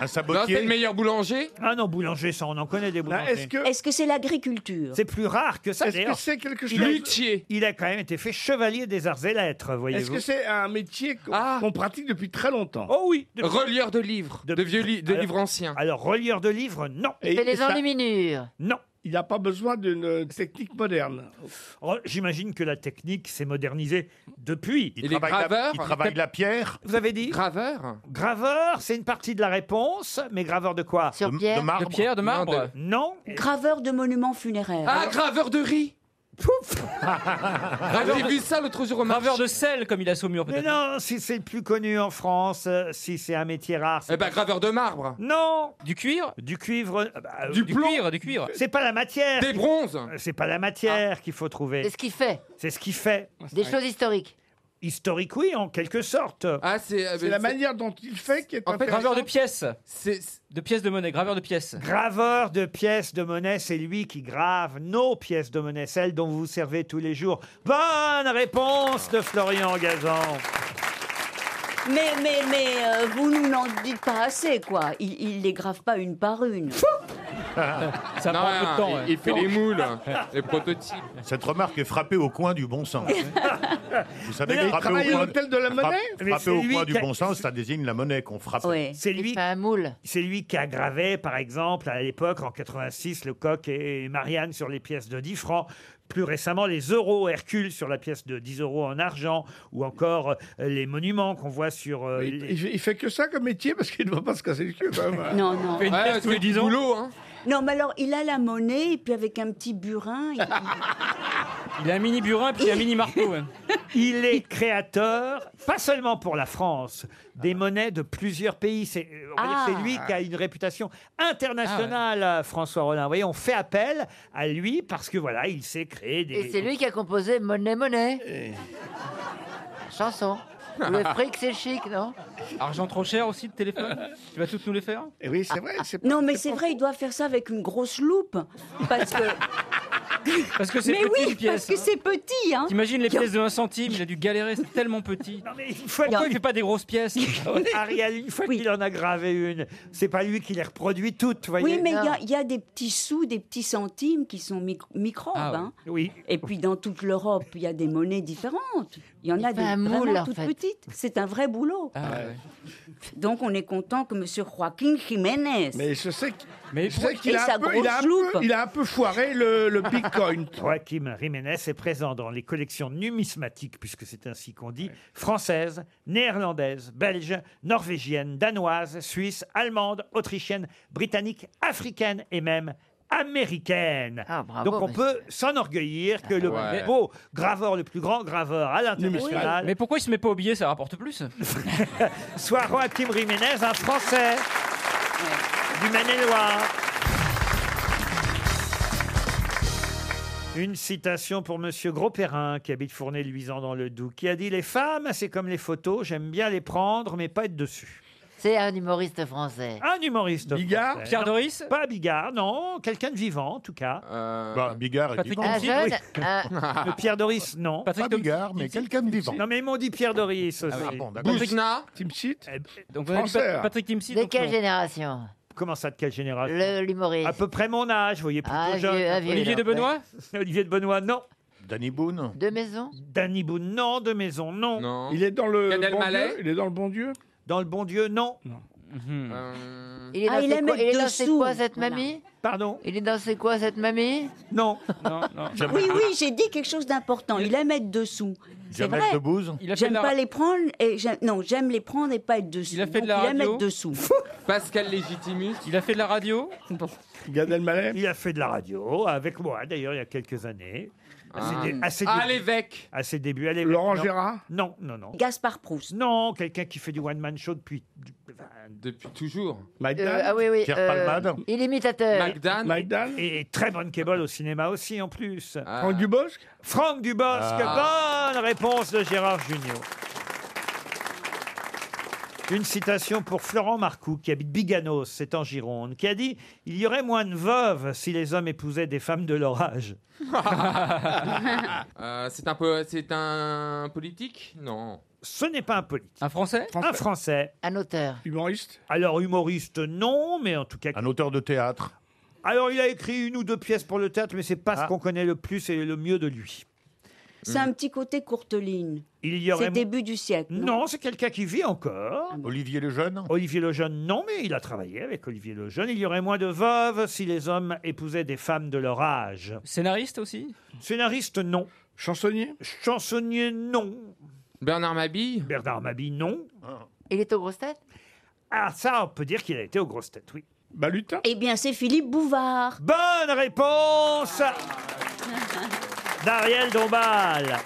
C: Un sabotier
G: Non, c'est le meilleur boulanger
B: Ah non, boulanger, ça, on en connaît des boulangers.
D: Est-ce que
H: Est-ce que c'est l'agriculture
B: C'est plus rare que ça,
D: Est-ce que
B: d'ailleurs.
D: c'est quelque
B: Il a-
D: chose-
B: Il a quand même été fait chevalier des arts et lettres,
D: est-ce
B: voyez-vous. Ah.
D: que c'est un métier qu'on qu'on pratique depuis très longtemps
B: Oh oui
G: Relieur de livres, de, vieux li- de
B: Alors-
G: livres anciens.
B: Alors, relieur de livres, non.
I: C'est les
D: ça-
I: enluminures.
B: Non.
D: Il n'a pas besoin d'une euh, technique moderne.
B: Oh, J'imagine que la technique s'est modernisée depuis.
C: Il travaille la-
G: graveurs
C: il travaille la pierre
B: Vous avez dit
G: Graveur
B: Graveur, c'est une partie de la réponse, mais graveur de quoi
I: Sur
C: de,
I: pierre
C: de marbre.
L: De pierre, de marbre
G: Non, de-
B: Non
H: Graveur de monuments funéraires.
G: Ah, graveur de riz
B: Pouf
G: J'ai vu ça l'autre jour au marché.
L: Graveur de sel, comme il a saumur
B: Mais
L: peut-être.
B: non, si c'est le plus connu en France, euh, si c'est un métier rare. c'est-
G: Eh ben, graveur de marbre
B: Non
L: Du cuir
B: Du cuivre. euh, bah, euh,
G: Du plomb
L: cuir, du cuir.
B: C'est pas la matière.
G: Des bronzes Ah.
B: C'est pas la matière qu'il faut
I: C'est
B: trouver.
I: ce qu'il fait.
B: C'est ce qui fait
I: Des choses historiques.
B: historique, oui, en quelque sorte.
G: Ah, c'est... euh,
D: C'est la
G: c'est-
D: manière dont il fait qui est
G: En fait,
D: intéressante.
L: Graveur de pièces.
G: c'est- c'est-
L: De pièces de monnaie, graveur de pièces.
B: Graveur de pièces de monnaie, c'est lui qui grave nos pièces de monnaie, celles dont vous vous servez tous les jours. Bonne réponse de Florian Gazan.
H: Mais, mais, mais euh, vous nous n'en dites pas assez, quoi. Ils il les gravent pas une par une.
L: Ça
G: Non,
L: prend un peu de temps.
G: il,
L: ouais.
G: il fait les moules, les prototypes.
C: Cette remarque est frappée au coin du bon sens. vous savez,
B: Mais non,
C: frapper au
D: travaille à
C: coin,
D: l'hôtel de la
C: frappe-
D: monnaie
B: Mais
C: frapper
B: c'est
C: au
B: lui
C: coin du
B: qui a-
C: bon sens, ça désigne la monnaie qu'on frappe.
H: Ouais.
B: C'est
I: Il
B: lui,
I: fait un moule.
B: c'est lui qui a gravé, par exemple, à l'époque, en 86, le coq et Marianne sur les pièces de 10 francs. Plus récemment, les euros Hercule sur la pièce de 10 euros en argent, ou encore euh, les monuments qu'on voit sur. euh,
D: Il,
B: les-
D: il fait- il fait que ça comme métier parce qu'il ne doit pas se casser le cul. quand même.
H: Non, non.
L: Fait une pièce
G: Ouais,
L: tous les
G: c'est du
L: 10 ans.
G: boulot, hein.
H: Non, mais alors, il a la monnaie, et puis avec un petit burin, il-
L: Il a un mini burin et puis un mini marteau. ouais.
B: Il est créateur, pas seulement pour la France, des monnaies de plusieurs pays. C'est euh, on va dire que c'est
H: Ah.
B: lui qui a une réputation
L: Ah,
B: internationale, euh, François Rollin. Vous voyez, on fait appel à lui parce que voilà, il s'est créé des. Euh.
I: Et c'est lui qui a composé Monnaie Monnaie. Chanson. Le fric, c'est chic, non
L: Argent trop cher aussi, le téléphone. Tu vas toutes nous les faire
D: Et Eh oui, c'est vrai. c'est pas-
H: Non, mais c'est vrai, il doit faire ça avec une grosse loupe. Parce que.
L: Parce que c'est
H: mais
L: petit
H: oui,
L: une pièce.
H: parce que
L: hein.
H: c'est petit, hein.
L: T'imagines les pièces de 1 centime, il a dû galérer, c'est tellement petit.
B: Non, mais une fois
L: Pourquoi il
B: qu'il-
L: fait pas des grosses pièces
B: Ariel, une fois qu'il en a gravé une, c'est pas lui qui les reproduit toutes, vous voyez.
H: Oui, mais il y a- il y, a des petits sous, des petits centimes qui sont mic- microbes.
L: Ah oui.
H: hein.
B: Oui.
H: Et puis dans toute l'Europe, il y a des monnaies différentes. Il y en
I: Il
H: a
I: fait
H: des
I: un
H: vraiment
I: moule, en
H: toutes
I: fait.
H: petites. C'est un vrai boulot.
E: Ah
D: ouais.
H: Donc on est content que Monsieur Joaquin Jiménez.
D: Mais je sais que- je sais
H: Et
D: qu'il a,
H: sa
D: un peu- il a un
H: grosse
D: peu-
H: loupe.
D: il a un peu foiré le, le Bitcoin.
B: Joachim Jiménez est présent dans les collections numismatiques, puisque c'est ainsi qu'on dit, françaises, néerlandaises, belges, norvégiennes, danoises, suisses, allemandes, autrichiennes, britanniques, africaines et même américaines.
E: Ah,
B: Donc on peut s'enorgueillir que le
E: ouais.
B: plus beau graveur, le plus grand graveur à l'international,
E: Mais pourquoi il se met pas au billet Ça rapporte plus.
B: soit Joachim Jiménez, un Français du Maine-et-Loire. Une citation pour Monsieur Gros-Perrin, qui habite Fournay-Luisan dans le Doubs, qui a dit Les femmes, c'est comme les photos, j'aime bien les prendre, mais pas être dessus.
I: C'est un humoriste français.
B: Un humoriste.
I: Bigard
B: français.
I: Pierre
B: Non,
I: Doris
B: Pas Bigard, non. Quelqu'un de vivant, en tout cas.
C: Bah, Bigard est
B: Patrick
C: vivant.
B: Timsit, Un jeune, euh,
I: oui. un-
B: Le Pierre Doris, non.
C: Pas Bigard, mais quelqu'un de vivant.
B: Non, mais ils m'ont dit Pierre Doris aussi.
C: Ah oui. Bon, d'accord. Patrick
B: Na
D: Timsit
B: Donc
I: vous avez dit Français. Pat- Patrick Timsit,
B: De
I: donc euh, quelle non. génération
B: Comment ça, de quelle génération
I: Le- l'humoriste.
B: À peu près mon âge, vous voyez, plutôt
I: Ah, un
B: jeune.
I: vieux- un vieux, Olivier alors, de Benoît
B: Olivier de Benoît, non.
C: Danny Boone
I: De maison
B: Danny Boone, non. De Maison, non.
D: Il est dans le
B: Gad
D: bon
B: Elmaleh
D: Dieu Il est dans le bon Dieu Euh,
B: Dans le bon Dieu, non.
I: Mhm. Il est dans
H: Ah, il
I: C'est
H: aime
I: quoi,
H: être
I: il est dans C'est
H: dessous.
I: quoi cette
H: Voilà.
I: mamie
B: Pardon
I: Il est dans C'est quoi cette mamie
B: Non.
E: non, non.
H: Oui, oui, j'ai dit quelque chose d'important. Il aime être dessous. C'est
E: Jamel
H: vrai.
E: Debbouze Il a fait
H: J'aime
E: de la-
H: pas les prendre et j'aime- non, j'aime les prendre et pas être dessous.
E: Il a fait de la
H: Donc, Il aime
E: radio.
H: être dessous.
E: Pascal Légitimus. Il a fait de la radio.
D: Gad Elmaleh
B: Il a fait de la radio, avec moi d'ailleurs, il y a quelques années.
E: Ah.
B: dé- ses
E: Ah,
B: débuts-
E: l'évêque.
B: À ses débuts, à l'évêque.
D: Laurent
B: non.
D: Gérard
B: Non, non, non.
H: Gaspard Proust
B: Non, quelqu'un qui fait du one-man show depuis...
G: Depuis toujours.
I: Euh, Ah oui, oui. euh, Il est imitateur.
B: Euh, Et, et très bonne québole au cinéma aussi, en plus.
D: Franck Dubosc
B: Franck Dubosc,
D: Ah.
B: bonne réponse de Gérard Junior. Une citation pour Florent Marcoux, qui habite Biganos, c'est en Gironde, qui a dit « Il y aurait moins de veuves si les hommes épousaient des femmes de leur âge.
G: Euh, c'est un peu, c'est un politique Non. »
B: Ce n'est pas un politique.
E: Un français
B: Un français.
I: Un auteur.
D: Humoriste
B: Alors, humoriste, non, mais en tout cas...
C: Un auteur de théâtre.
B: Alors, il a écrit une ou deux pièces pour le théâtre, mais c'est pas ce qu'on connaît le plus et le mieux de lui.
H: C'est
D: Mm.
H: un petit côté courteline.
B: Il y aurait...
H: C'est début du siècle.
B: Non, c'est quelqu'un qui vit encore.
I: Ah
B: Olivier Lejeune Olivier Lejeune, non, mais il a travaillé avec Olivier Lejeune. Il y aurait moins de veuves si les hommes épousaient des femmes de leur âge.
E: Scénariste aussi
B: Scénariste, non.
D: Chansonnier
B: Chansonnier, non.
G: Bernard Mabille
B: Bernard Mabille, non.
I: Il est aux grosses têtes
B: Ah, ça, on peut dire qu'il a été aux grosses têtes, oui.
D: Balutin
H: Eh bien, c'est Philippe Bouvard.
B: Bonne réponse d'Ariel Dombal.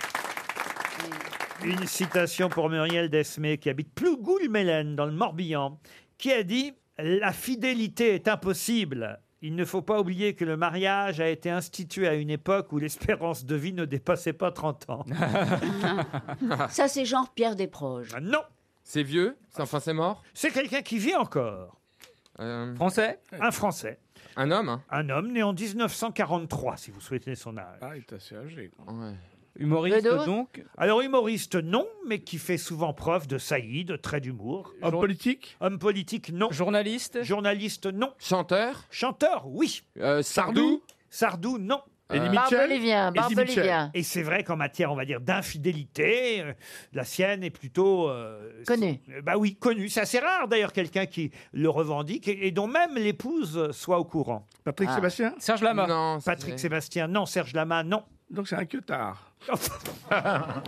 B: Une citation pour Muriel Desmé, qui habite Plougoul-Mélène, dans le Morbihan, qui a dit « La fidélité est impossible ». Il ne faut pas oublier que le mariage a été institué à une époque où l'espérance de vie ne dépassait pas 30 ans.
H: Ça, c'est genre Pierre Desproges.
B: Ah non
G: C'est vieux C'est- Enfin, c'est mort Euh.
B: C'est quelqu'un qui vit encore.
E: Français
B: Un Français.
G: Un homme hein
B: Un homme né en 1943, si vous souhaitez son âge.
D: Ah, il est assez âgé. quoi.
E: Humoriste
B: Trudeau
E: donc
B: Alors humoriste non, mais qui fait souvent preuve de saillie, de trait d'humour.
D: Homme politique
B: Homme politique non.
E: Journaliste
B: Journaliste non.
G: Chanteur Euh,
B: Chanteur oui.
G: Sardou
B: Sardou non.
D: Eddie Euh, Mitchell Barbolivien, Eddie Mitchell. Barbolivien.
B: Et c'est vrai qu'en matière, on va dire, d'infidélité, euh, la sienne est plutôt... connue. Bah oui, connue. C'est assez rare d'ailleurs quelqu'un qui le revendique et, et dont même l'épouse soit au courant.
D: Patrick Ah. Sébastien Serge Lama. Non, c'est-
B: Patrick Sébastien, non. Serge Lama, non.
D: Donc c'est un queutard.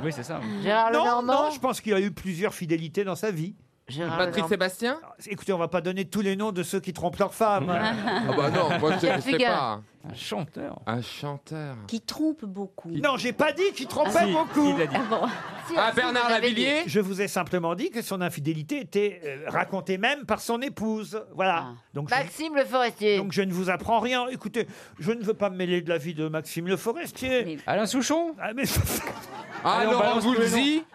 E: oui, c'est ça.
I: Gérard
B: non,
I: Lenormand
B: non, je pense qu'il a eu plusieurs fidélités dans sa vie. Ah,
I: Gérard
G: Patrick Lenormand. Sébastien
B: Écoutez, on va pas donner tous les noms de ceux qui trompent hein. leur femme.
G: Ah bah non, moi je je sais pas.
E: Un chanteur.
G: Un chanteur.
H: Qui trompe beaucoup.
B: Non, j'ai pas dit qu'il trompait
G: Ah si,
B: beaucoup.
G: il l'a dit. Ah Ah, si, Bernard vous avez Lavillier dit.
B: Je vous ai simplement dit que son infidélité était euh, racontée même par son épouse. Voilà.
G: Ah.
B: Donc je-
I: Maxime Le Forestier.
B: donc je ne vous apprends rien. Écoutez, je ne veux pas me mêler de la vie de Maxime Le Forestier.
E: Alain Souchon
B: Ah, mais...
E: Ah, Allez, on Laurent balance tous les Voulzy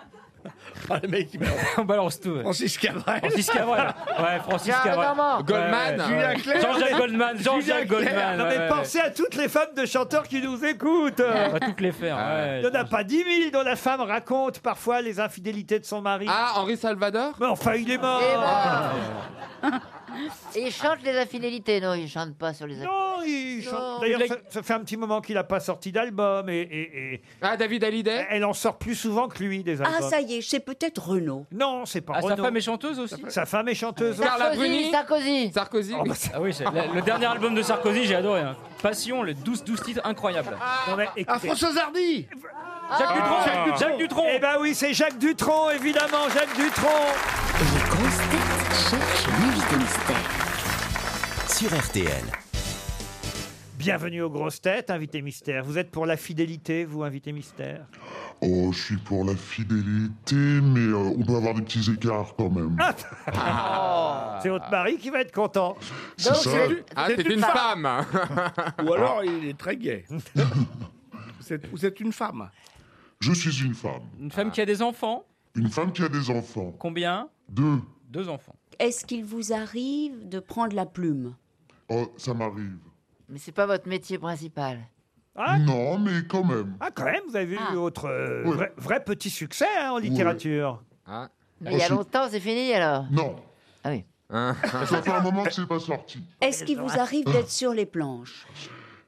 D: Ah, le mec, il balance-
E: On balance tout. ouais.
D: Francis Cabrel.
E: Francis Cabrel. Ouais, Francis
D: Gérard
E: Cabrel.
D: Lenormand.
E: Ouais,
D: Goldman.
E: ouais.
D: Julien Clerc.
E: Jean-Jacques Goldman.
D: Julien
E: Jean-Jacques
D: Clerc.
E: Goldman.
B: Non, mais
E: ouais, ouais,
B: pensez à toutes les femmes de chanteurs qui nous écoutent. Ah.
E: On va toutes les faire. ouais.
B: Il n'y en a pas 10 000 dont la femme raconte parfois les infidélités de son mari.
G: Ah, Henri Salvador
B: Mais enfin, il est mort.
G: Il est mort.
I: Et il chante les infidélités. Non, il chante pas sur les
B: Non, il chante- D'ailleurs, ça, ça fait un petit moment qu'il n'a pas sorti d'album. Et, Ah, David Hallyday Elle en sort plus souvent que lui des albums.
H: Ah, ça y est, c'est peut-être Renaud.
B: Non, c'est pas
H: Ah, sa
B: Renaud.
H: femme est
L: chanteuse aussi
B: Sa femme est chanteuse. bah,
I: Sarkozy.
G: Sarkozy.
B: oui.
L: Ah oui, c'est- le, le dernier album de Sarkozy, j'ai adoré. hein. Passion, le 12-12 titres incroyable.
D: bah.
B: Ah, Françoise
L: Hardy
D: Ah,
B: Ah,
L: Jacques Dutronc Jacques Dutronc
B: Eh ben oui, c'est Jacques Dutronc, évidemment, Jacques Dutronc
A: Les grosses têtes cherchent l'invité mystère.
K: Sur RTL.
B: Bienvenue aux grosses têtes, invité mystère. Vous êtes pour la fidélité, vous, invité mystère
N: Oh, je suis pour la fidélité, mais euh, on doit avoir des petits écarts quand même. Ah.
B: C'est votre mari qui va être content.
N: C'est Donc, ça. c'est-
G: Ah, t'es une femme
D: Ou alors, il est très gay. vous, êtes, vous êtes une femme.
N: Je suis une femme.
L: Une femme qui a des enfants.
N: Une femme qui a des enfants.
L: Combien
N: Deux.
L: Deux enfants.
H: Est-ce qu'il vous arrive de prendre la plume
N: Oh, ça m'arrive.
I: Mais c'est pas votre métier principal.
N: Non, mais quand même.
B: Ah, quand même, vous avez eu autre euh,
N: Ouais. Oh,
B: vrai, vrai petit succès hein, en littérature.
I: Mais il y a longtemps, c'est fini alors
N: Non.
I: Ah oui.
N: Ça fait un moment que c'est pas sorti.
H: Est-ce qu'il vous arrive d'être sur les planches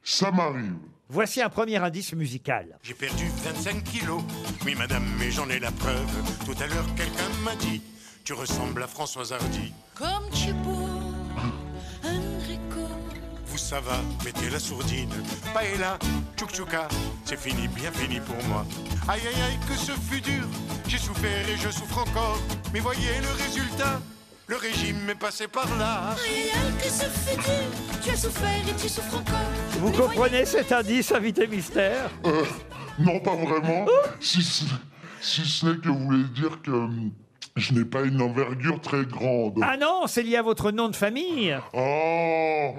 N: Ça m'arrive.
B: Voici un premier indice musical.
O: J'ai perdu 25 kilos, oui madame, mais j'en ai la preuve. Tout à l'heure, quelqu'un m'a dit, tu ressembles à Françoise Hardy.
P: Comme tu es beau, Enrico.
O: Vous ça va, mettez la sourdine. Paella, tchouk-tchouka, c'est fini, bien fini pour moi. Aïe aïe aïe, que ce fut dur, j'ai souffert et je souffre encore. Mais voyez le résultat, le régime est passé par là.
P: Aïe, aïe, aïe, que ce fut dur. Tu as souffert et tu souffres encore.
B: Vous comprenez cet indice, invité mystère
N: Euh, non, pas vraiment. Ah. si, ce, si ce n'est que vous voulez dire que hum, je n'ai pas une envergure très grande.
B: Ah non, c'est lié à votre nom de famille.
N: Oh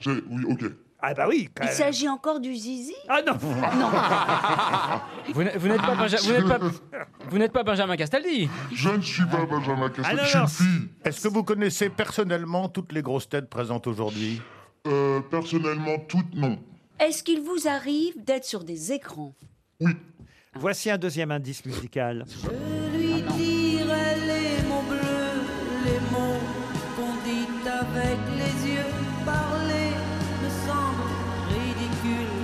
N: J'ai- Oui, ok.
B: Ah bah oui, quand
H: Il
B: même.
H: s'agit encore du zizi
B: Ah non
L: Vous n'êtes vous n'êtes pas,
N: Ah,
L: Benja- vous n'êtes pas- vous n'êtes pas Benjamin Castaldi
N: Je ne suis pas Benjamin Castaldi, je suis une fille.
C: Hmm. Est-ce que vous connaissez personnellement toutes les grosses têtes présentes aujourd'hui
N: Euh, personnellement, toutes, non.
H: Est-ce qu'il vous arrive d'être sur des écrans
B: Voici un deuxième indice musical.
P: Lui dirait les mots bleus, les mots qu'on dit avec les yeux. Parler me semble ridicule.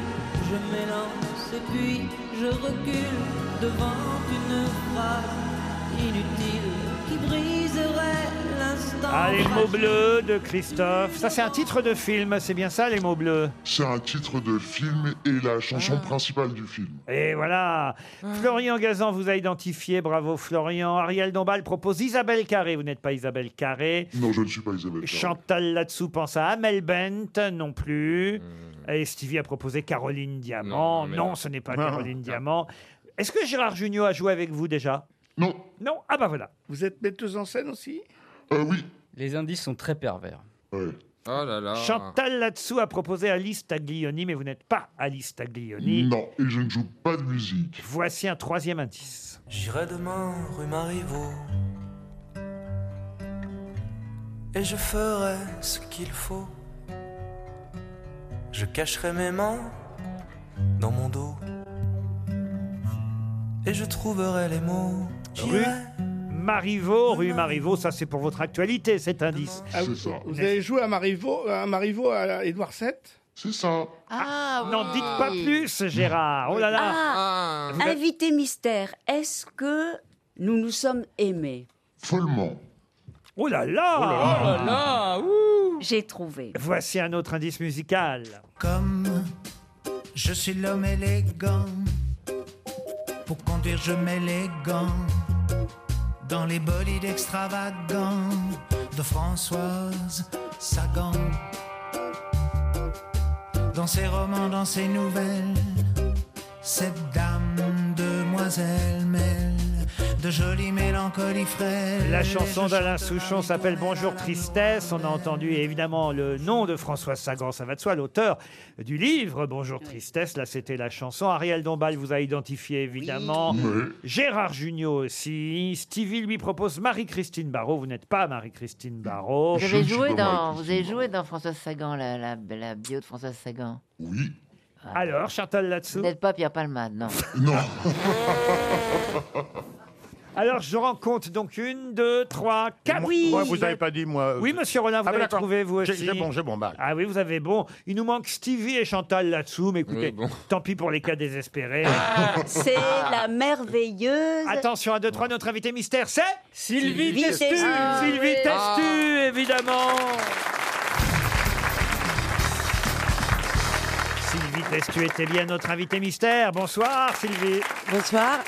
P: Je m'élance et puis je recule devant une phrase inutile qui briserait l'instant.
B: Ah, les mots bleus de Christophe. Ça, c'est un titre de film, c'est bien ça, les mots bleus
N: C'est un titre de film et la chanson
L: Ah.
N: principale du film.
B: Et voilà. Florian Gazan vous a identifié. Bravo, Florian. Ariel Dombal propose Isabelle Carré. Vous n'êtes pas Isabelle Carré.
N: Non, je ne suis pas Isabelle. Carré.
B: Chantal là-dessous pense à Amel Bent non plus. Et Stevie a proposé Caroline Diamant.
N: Hmm. Non, mais
B: Non,
N: non.
B: ce n'est pas
N: Non.
B: Caroline Diamant. Est-ce que Gérard Jugnot a joué avec vous déjà
N: Non.
B: Non Ah bah voilà.
D: Vous êtes metteuse en scène aussi
N: Euh, oui.
L: Les indices sont très pervers.
G: Oh là
N: Ah.
G: là.
B: Chantal là-dessous a proposé Alice Taglioni, mais vous n'êtes pas Alice Taglioni.
N: Non, et je ne joue pas de musique.
B: Voici un troisième indice.
Q: J'irai demain rue Marivaux et je ferai ce qu'il faut. Je cacherai mes mains dans mon dos et je trouverai les mots.
B: Rue Marivaux, rue Marivaux, ça c'est pour votre actualité cet indice.
D: Ah, vous- Vous avez joué à Marivaux à, Marivaux à Edouard VII
N: C'est ça.
H: Ah,
B: N'en dites pas plus, Gérard. Oh là là.
H: Ah,
B: Vous êtes-
H: Invité mystère, est-ce que nous nous sommes aimés
N: Follement.
B: Oh là là.
H: J'ai trouvé.
B: Voici un autre indice musical.
Q: Comme je suis l'homme élégant, pour conduire je mets les gants dans les bolides extravagants de Françoise Sagan. Dans ses romans, dans ses nouvelles, cette dame demoiselle mêle de jolies mélancolies frêles.
B: La chanson d'Alain Souchon s'appelle Bonjour Tristesse. On a entendu évidemment le nom de François Sagan, ça va de soi, l'auteur du livre Bonjour Tristesse. Là, c'était la chanson. Ariel Dombal vous a identifié évidemment.
N: Oui.
B: Gérard Jugnot aussi. Stevie lui propose Marie-Christine Barrault. Vous n'êtes pas Marie-Christine Barrault.
I: Vous avez, joué dans, vous avez joué dans Françoise Sagan, la, la, la bio de Françoise Sagan. Ah.
N: Oui.
B: Alors, Chantal là-dessous
I: Vous n'êtes pas Pierre Palmade, non.
N: Non.
B: Alors, je rencontre donc une, deux, trois, quatre.
C: Moi- moi, vous avez pas dit, moi.
B: Oui, monsieur Roland, vous
C: Ah, bah,
B: avez
C: d'accord.
B: trouvé, vous
C: J'ai-
B: aussi.
C: j'ai bon, j'ai bon, bah.
B: Ah oui, vous avez bon. Il nous manque Stevie et Chantal là-dessous, mais écoutez,
C: Oui, bon.
B: tant pis pour les cas désespérés.
H: Ah, C'est la merveilleuse.
B: Attention, à 2, 3, notre invité mystère, c'est Sylvie
H: Sylvie
B: Testu.
H: Testu. Ah,
B: Sylvie
H: oui. Ah.
B: Testu, évidemment. Sylvie Testu était bien notre invité mystère. Bonsoir, Sylvie. Bonsoir.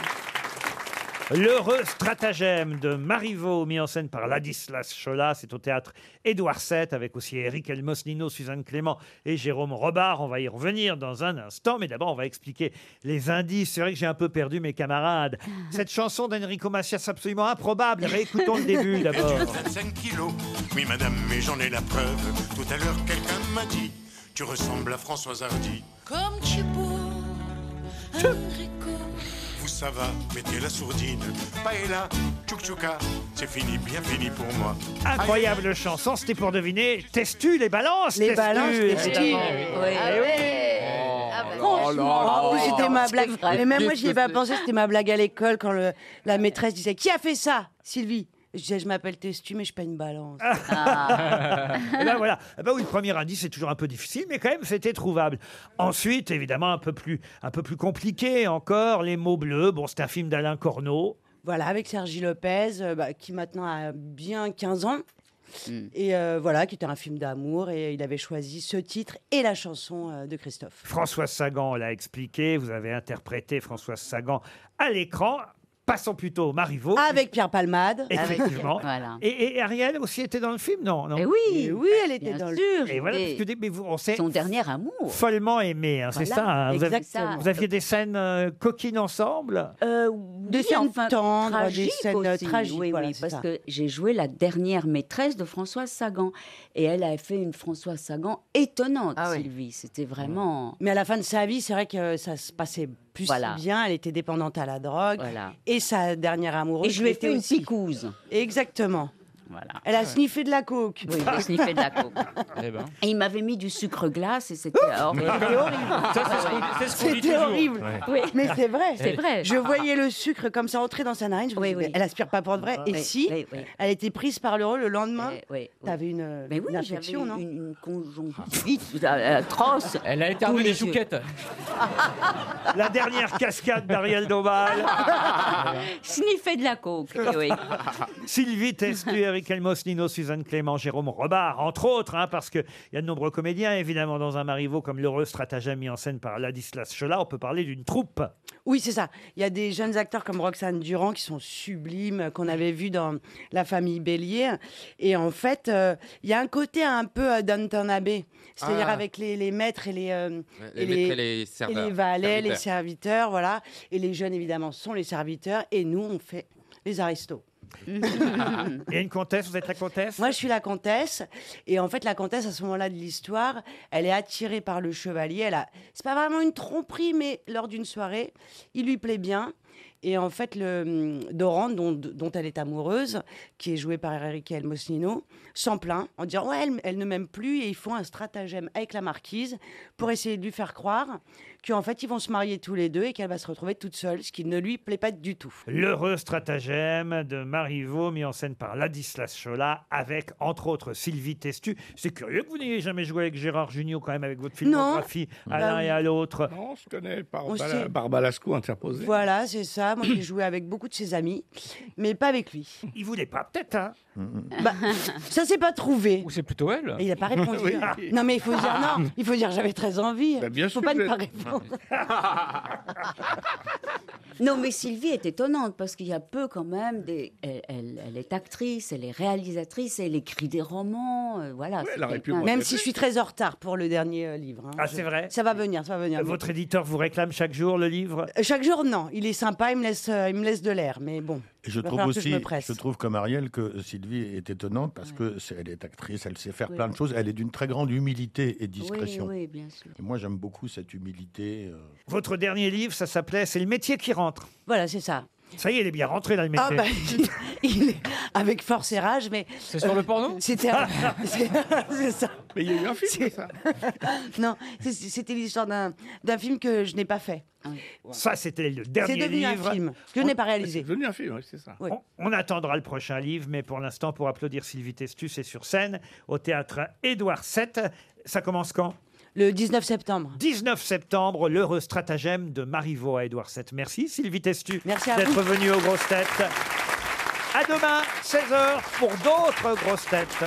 B: L'heureux stratagème de Marivaux, mis en scène par Ladislas Chola, c'est au théâtre Édouard VII, avec aussi Eric Elmoslino, Suzanne Clément et Jérôme Robard. On va y revenir dans un instant, mais d'abord on va expliquer les indices. C'est vrai que j'ai un peu perdu mes camarades. Cette chanson d'Enrico Macias, absolument improbable. Réécoutons le début d'abord.
O: 35 kilos, oui madame, mais j'en ai la preuve. Tout à l'heure, quelqu'un m'a dit, tu ressembles à Françoise Hardy.
P: Comme tu bois, Enrico.
O: Vous ça va, mettez la sourdine. Paella, tchouk-tchouka, c'est fini, bien fini pour moi.
B: Incroyable chanson, c'était pour deviner. Testu, les balances
O: Les
B: Testu,
O: balances, Testu.
B: évidemment.
R: Ouais.
B: Eh oui. Oh.
I: Ah bah
R: Ah oui, c'était ma blague.
B: vrai.
R: Mais même moi,
B: Qu'est-ce
R: j'y ai
B: que
R: pas
B: c'est
R: pensé. C'était ma blague à l'école quand le- la maîtresse disait Qui a fait ça Sylvie. Je disais Je m'appelle Testu, mais je suis pas une balance.
B: Ah. Eh ben voilà. Eh ben oui, le premier indice, c'est toujours un peu difficile, mais quand même, c'était trouvable. Ensuite, évidemment, un peu plus, un peu plus compliqué encore, Les mots bleus. Bon, c'est un film d'Alain Corneau.
R: Voilà, avec Sergi Lopez, euh, bah, qui maintenant a bien 15 ans.
B: Hmm.
R: Et euh, voilà, qui était un film d'amour. Et il avait choisi ce titre et la chanson euh, de Christophe.
B: François Sagan l'a expliqué. Vous avez interprété François Sagan à l'écran. Passons plutôt au Marivaux.
R: Avec Pierre Palmade.
B: Effectivement. et, et Ariel aussi était dans le film, non, non
R: oui, Eh oui, elle était dans le
B: Et voilà, parce que des- mais vous- on s'est
R: Son dernier amour.
B: follement aimé, hein, c'est
R: Voilà,
B: ça. hein. Vous, avez-
R: exactement.
B: vous aviez des scènes euh, coquines ensemble.
R: des
H: Euh, oui,
R: scènes
H: enfin,
R: tendres, des
H: tragiques
R: scènes
H: aussi.
R: tragiques.
H: Oui,
R: voilà,
H: oui,
R: c'est
H: parce
R: ça.
H: que j'ai joué la dernière maîtresse de Françoise Sagan. Et elle a fait une Françoise Sagan étonnante, Sylvie. C'était vraiment.
R: Mais à la fin de sa vie, c'est vrai que euh, ça se passait plus
H: Voilà.
R: si bien. Elle était dépendante à la drogue.
H: Voilà.
R: Et sa dernière amoureuse.
H: Et je lui ai
R: était
H: fait une
R: aussi-
H: picouse.
R: Exactement.
H: Voilà.
R: Elle a sniffé de la coke.
H: Oui, j'ai sniffé de la coke. Et il m'avait mis du sucre glace et c'était horrible.
R: C'était horrible.
H: Ça, c'est ce qu'on- c'est ce qu'on dit toujours.
R: horrible.
H: Ouais.
R: Oui. Mais c'est vrai.
H: C'est vrai.
R: Je voyais le sucre comme ça entrer dans sa narine. Je me disais, mais elle aspire pas pour de vrai. Et
H: Oui,
R: si,
H: oui, oui.
R: elle était prise par le rôle le lendemain.
H: oui,
R: T'avais une,
H: Mais oui,
R: une
H: j'avais
R: infection,
H: une,
R: non
H: une conjonctivite atroce.
L: Elle a éternué les chouquettes.
B: La dernière cascade d'Ariel Dombal.
H: Sniffer de la coke. eh Ah oui.
B: Sylvie Testu, Eric Elmos, Nino, Suzanne Clément, Jérôme Robard, entre autres, hein, parce qu'il y a de nombreux comédiens, évidemment, dans un Marivaux comme l'heureux stratagème mis en scène par Ladislas Chola, on peut parler d'une troupe.
R: Oui, c'est ça. Il y a des jeunes acteurs comme Roxane Durand qui sont sublimes, euh, qu'on avait vu dans La famille Bélier. Et en fait, euh, il y a un côté un peu euh, Downton Abbey, c'est-à-dire
G: Ah.
R: avec les, les maîtres et les, euh,
G: Ouais, les maîtres et les serveurs,
R: les valets, les
G: serviteurs.
R: serviteurs, voilà. Et les jeunes, évidemment, sont les serviteurs. Et nous, on fait les aristos.
B: Il y a une comtesse, vous êtes la comtesse
R: Moi, je suis la comtesse. Et en fait, la comtesse, à ce moment-là de l'histoire, elle est attirée par le chevalier. Elle a... C'est pas vraiment une tromperie, mais lors d'une soirée, il lui plaît bien. Et en fait, le hum, Doran, dont, dont elle est amoureuse, qui est joué par Eric Elmoslino, s'en plaint en disant Ouais, elle, elle ne m'aime plus. Et ils font un stratagème avec la marquise pour essayer de lui faire croire qu'en fait, ils vont se marier tous les deux et qu'elle va se retrouver toute seule, ce qui ne lui plaît pas du tout.
B: L'heureux stratagème de Marivaux, mis en scène par Ladislas Chola, avec entre autres Sylvie Testu. C'est curieux que vous n'ayez jamais joué avec Gérard Junior, quand même, avec votre filmographie, à
D: Bah
B: l'un
D: oui.
B: et à l'autre.
D: Non, je connais par
R: On sait.
D: Barbalasco interposé.
R: Voilà, c'est ça. Moi, j'ai joué avec beaucoup de ses amis, mais pas avec lui.
B: Il voulait pas, peut-être. Hein
R: bah, ça s'est pas trouvé.
L: Ou c'est plutôt elle.
R: Et il n'a pas répondu.
L: Oui.
R: Non, mais il faut dire non. Il faut dire j'avais très envie.
D: bien
R: Je peux pas ne pas répondre.
H: Non, mais Sylvie est étonnante parce qu'il y a peu quand même des. Elle, elle- elle est actrice, elle est réalisatrice, elle écrit des romans. euh, voilà. c'est quelqu'un-
R: Même si je suis très en retard pour le dernier euh, livre. hein.
B: Ah,
R: Je-
B: c'est vrai
R: Ça va venir, ça va venir.
B: Votre éditeur vous réclame chaque jour le livre
R: Euh, Chaque jour, non. Il est sympa, il me laisse, euh, il me laisse de l'air, mais bon.
C: Et je
R: va
C: trouve
R: falloir que
C: aussi,
R: je me
C: je,
R: presse.
C: trouve comme Ariel que Sylvie est étonnante parce que c'est- elle est actrice, elle sait faire plein de choses, elle est d'une très grande humilité et discrétion.
H: Oui, oui, bien sûr.
C: Et moi j'aime beaucoup cette humilité. euh.
B: Votre dernier livre, ça s'appelait C'est le métier qui rentre.
R: Voilà, c'est ça.
B: Ça y est, elle est bien rentrée dans le métier.
R: Ah bah, il est avec force et rage, mais...
B: C'est sur le porno
R: C'était... c'est- c'est ça.
D: Mais il y a eu un film, ça
R: Non, c'est- c'était l'histoire d'un d'un film que je n'ai pas fait.
D: Ah
B: Ça, c'était le
R: C'est
B: dernier livre.
R: devenu un film que je n'ai pas réalisé.
D: Ah, C'est devenu un film, oui, c'est ça.
B: On, on attendra le prochain livre, mais pour l'instant, pour applaudir Sylvie Testu, c'est sur scène au théâtre Édouard VII. Ça commence quand
R: Le 19 septembre.
B: 19 septembre, l'heureux stratagème de Marivaux à Édouard VII. Merci Sylvie Testu
R: à
B: d'être
R: vous.
B: venue aux grosses têtes. À demain, 16h, pour d'autres grosses têtes.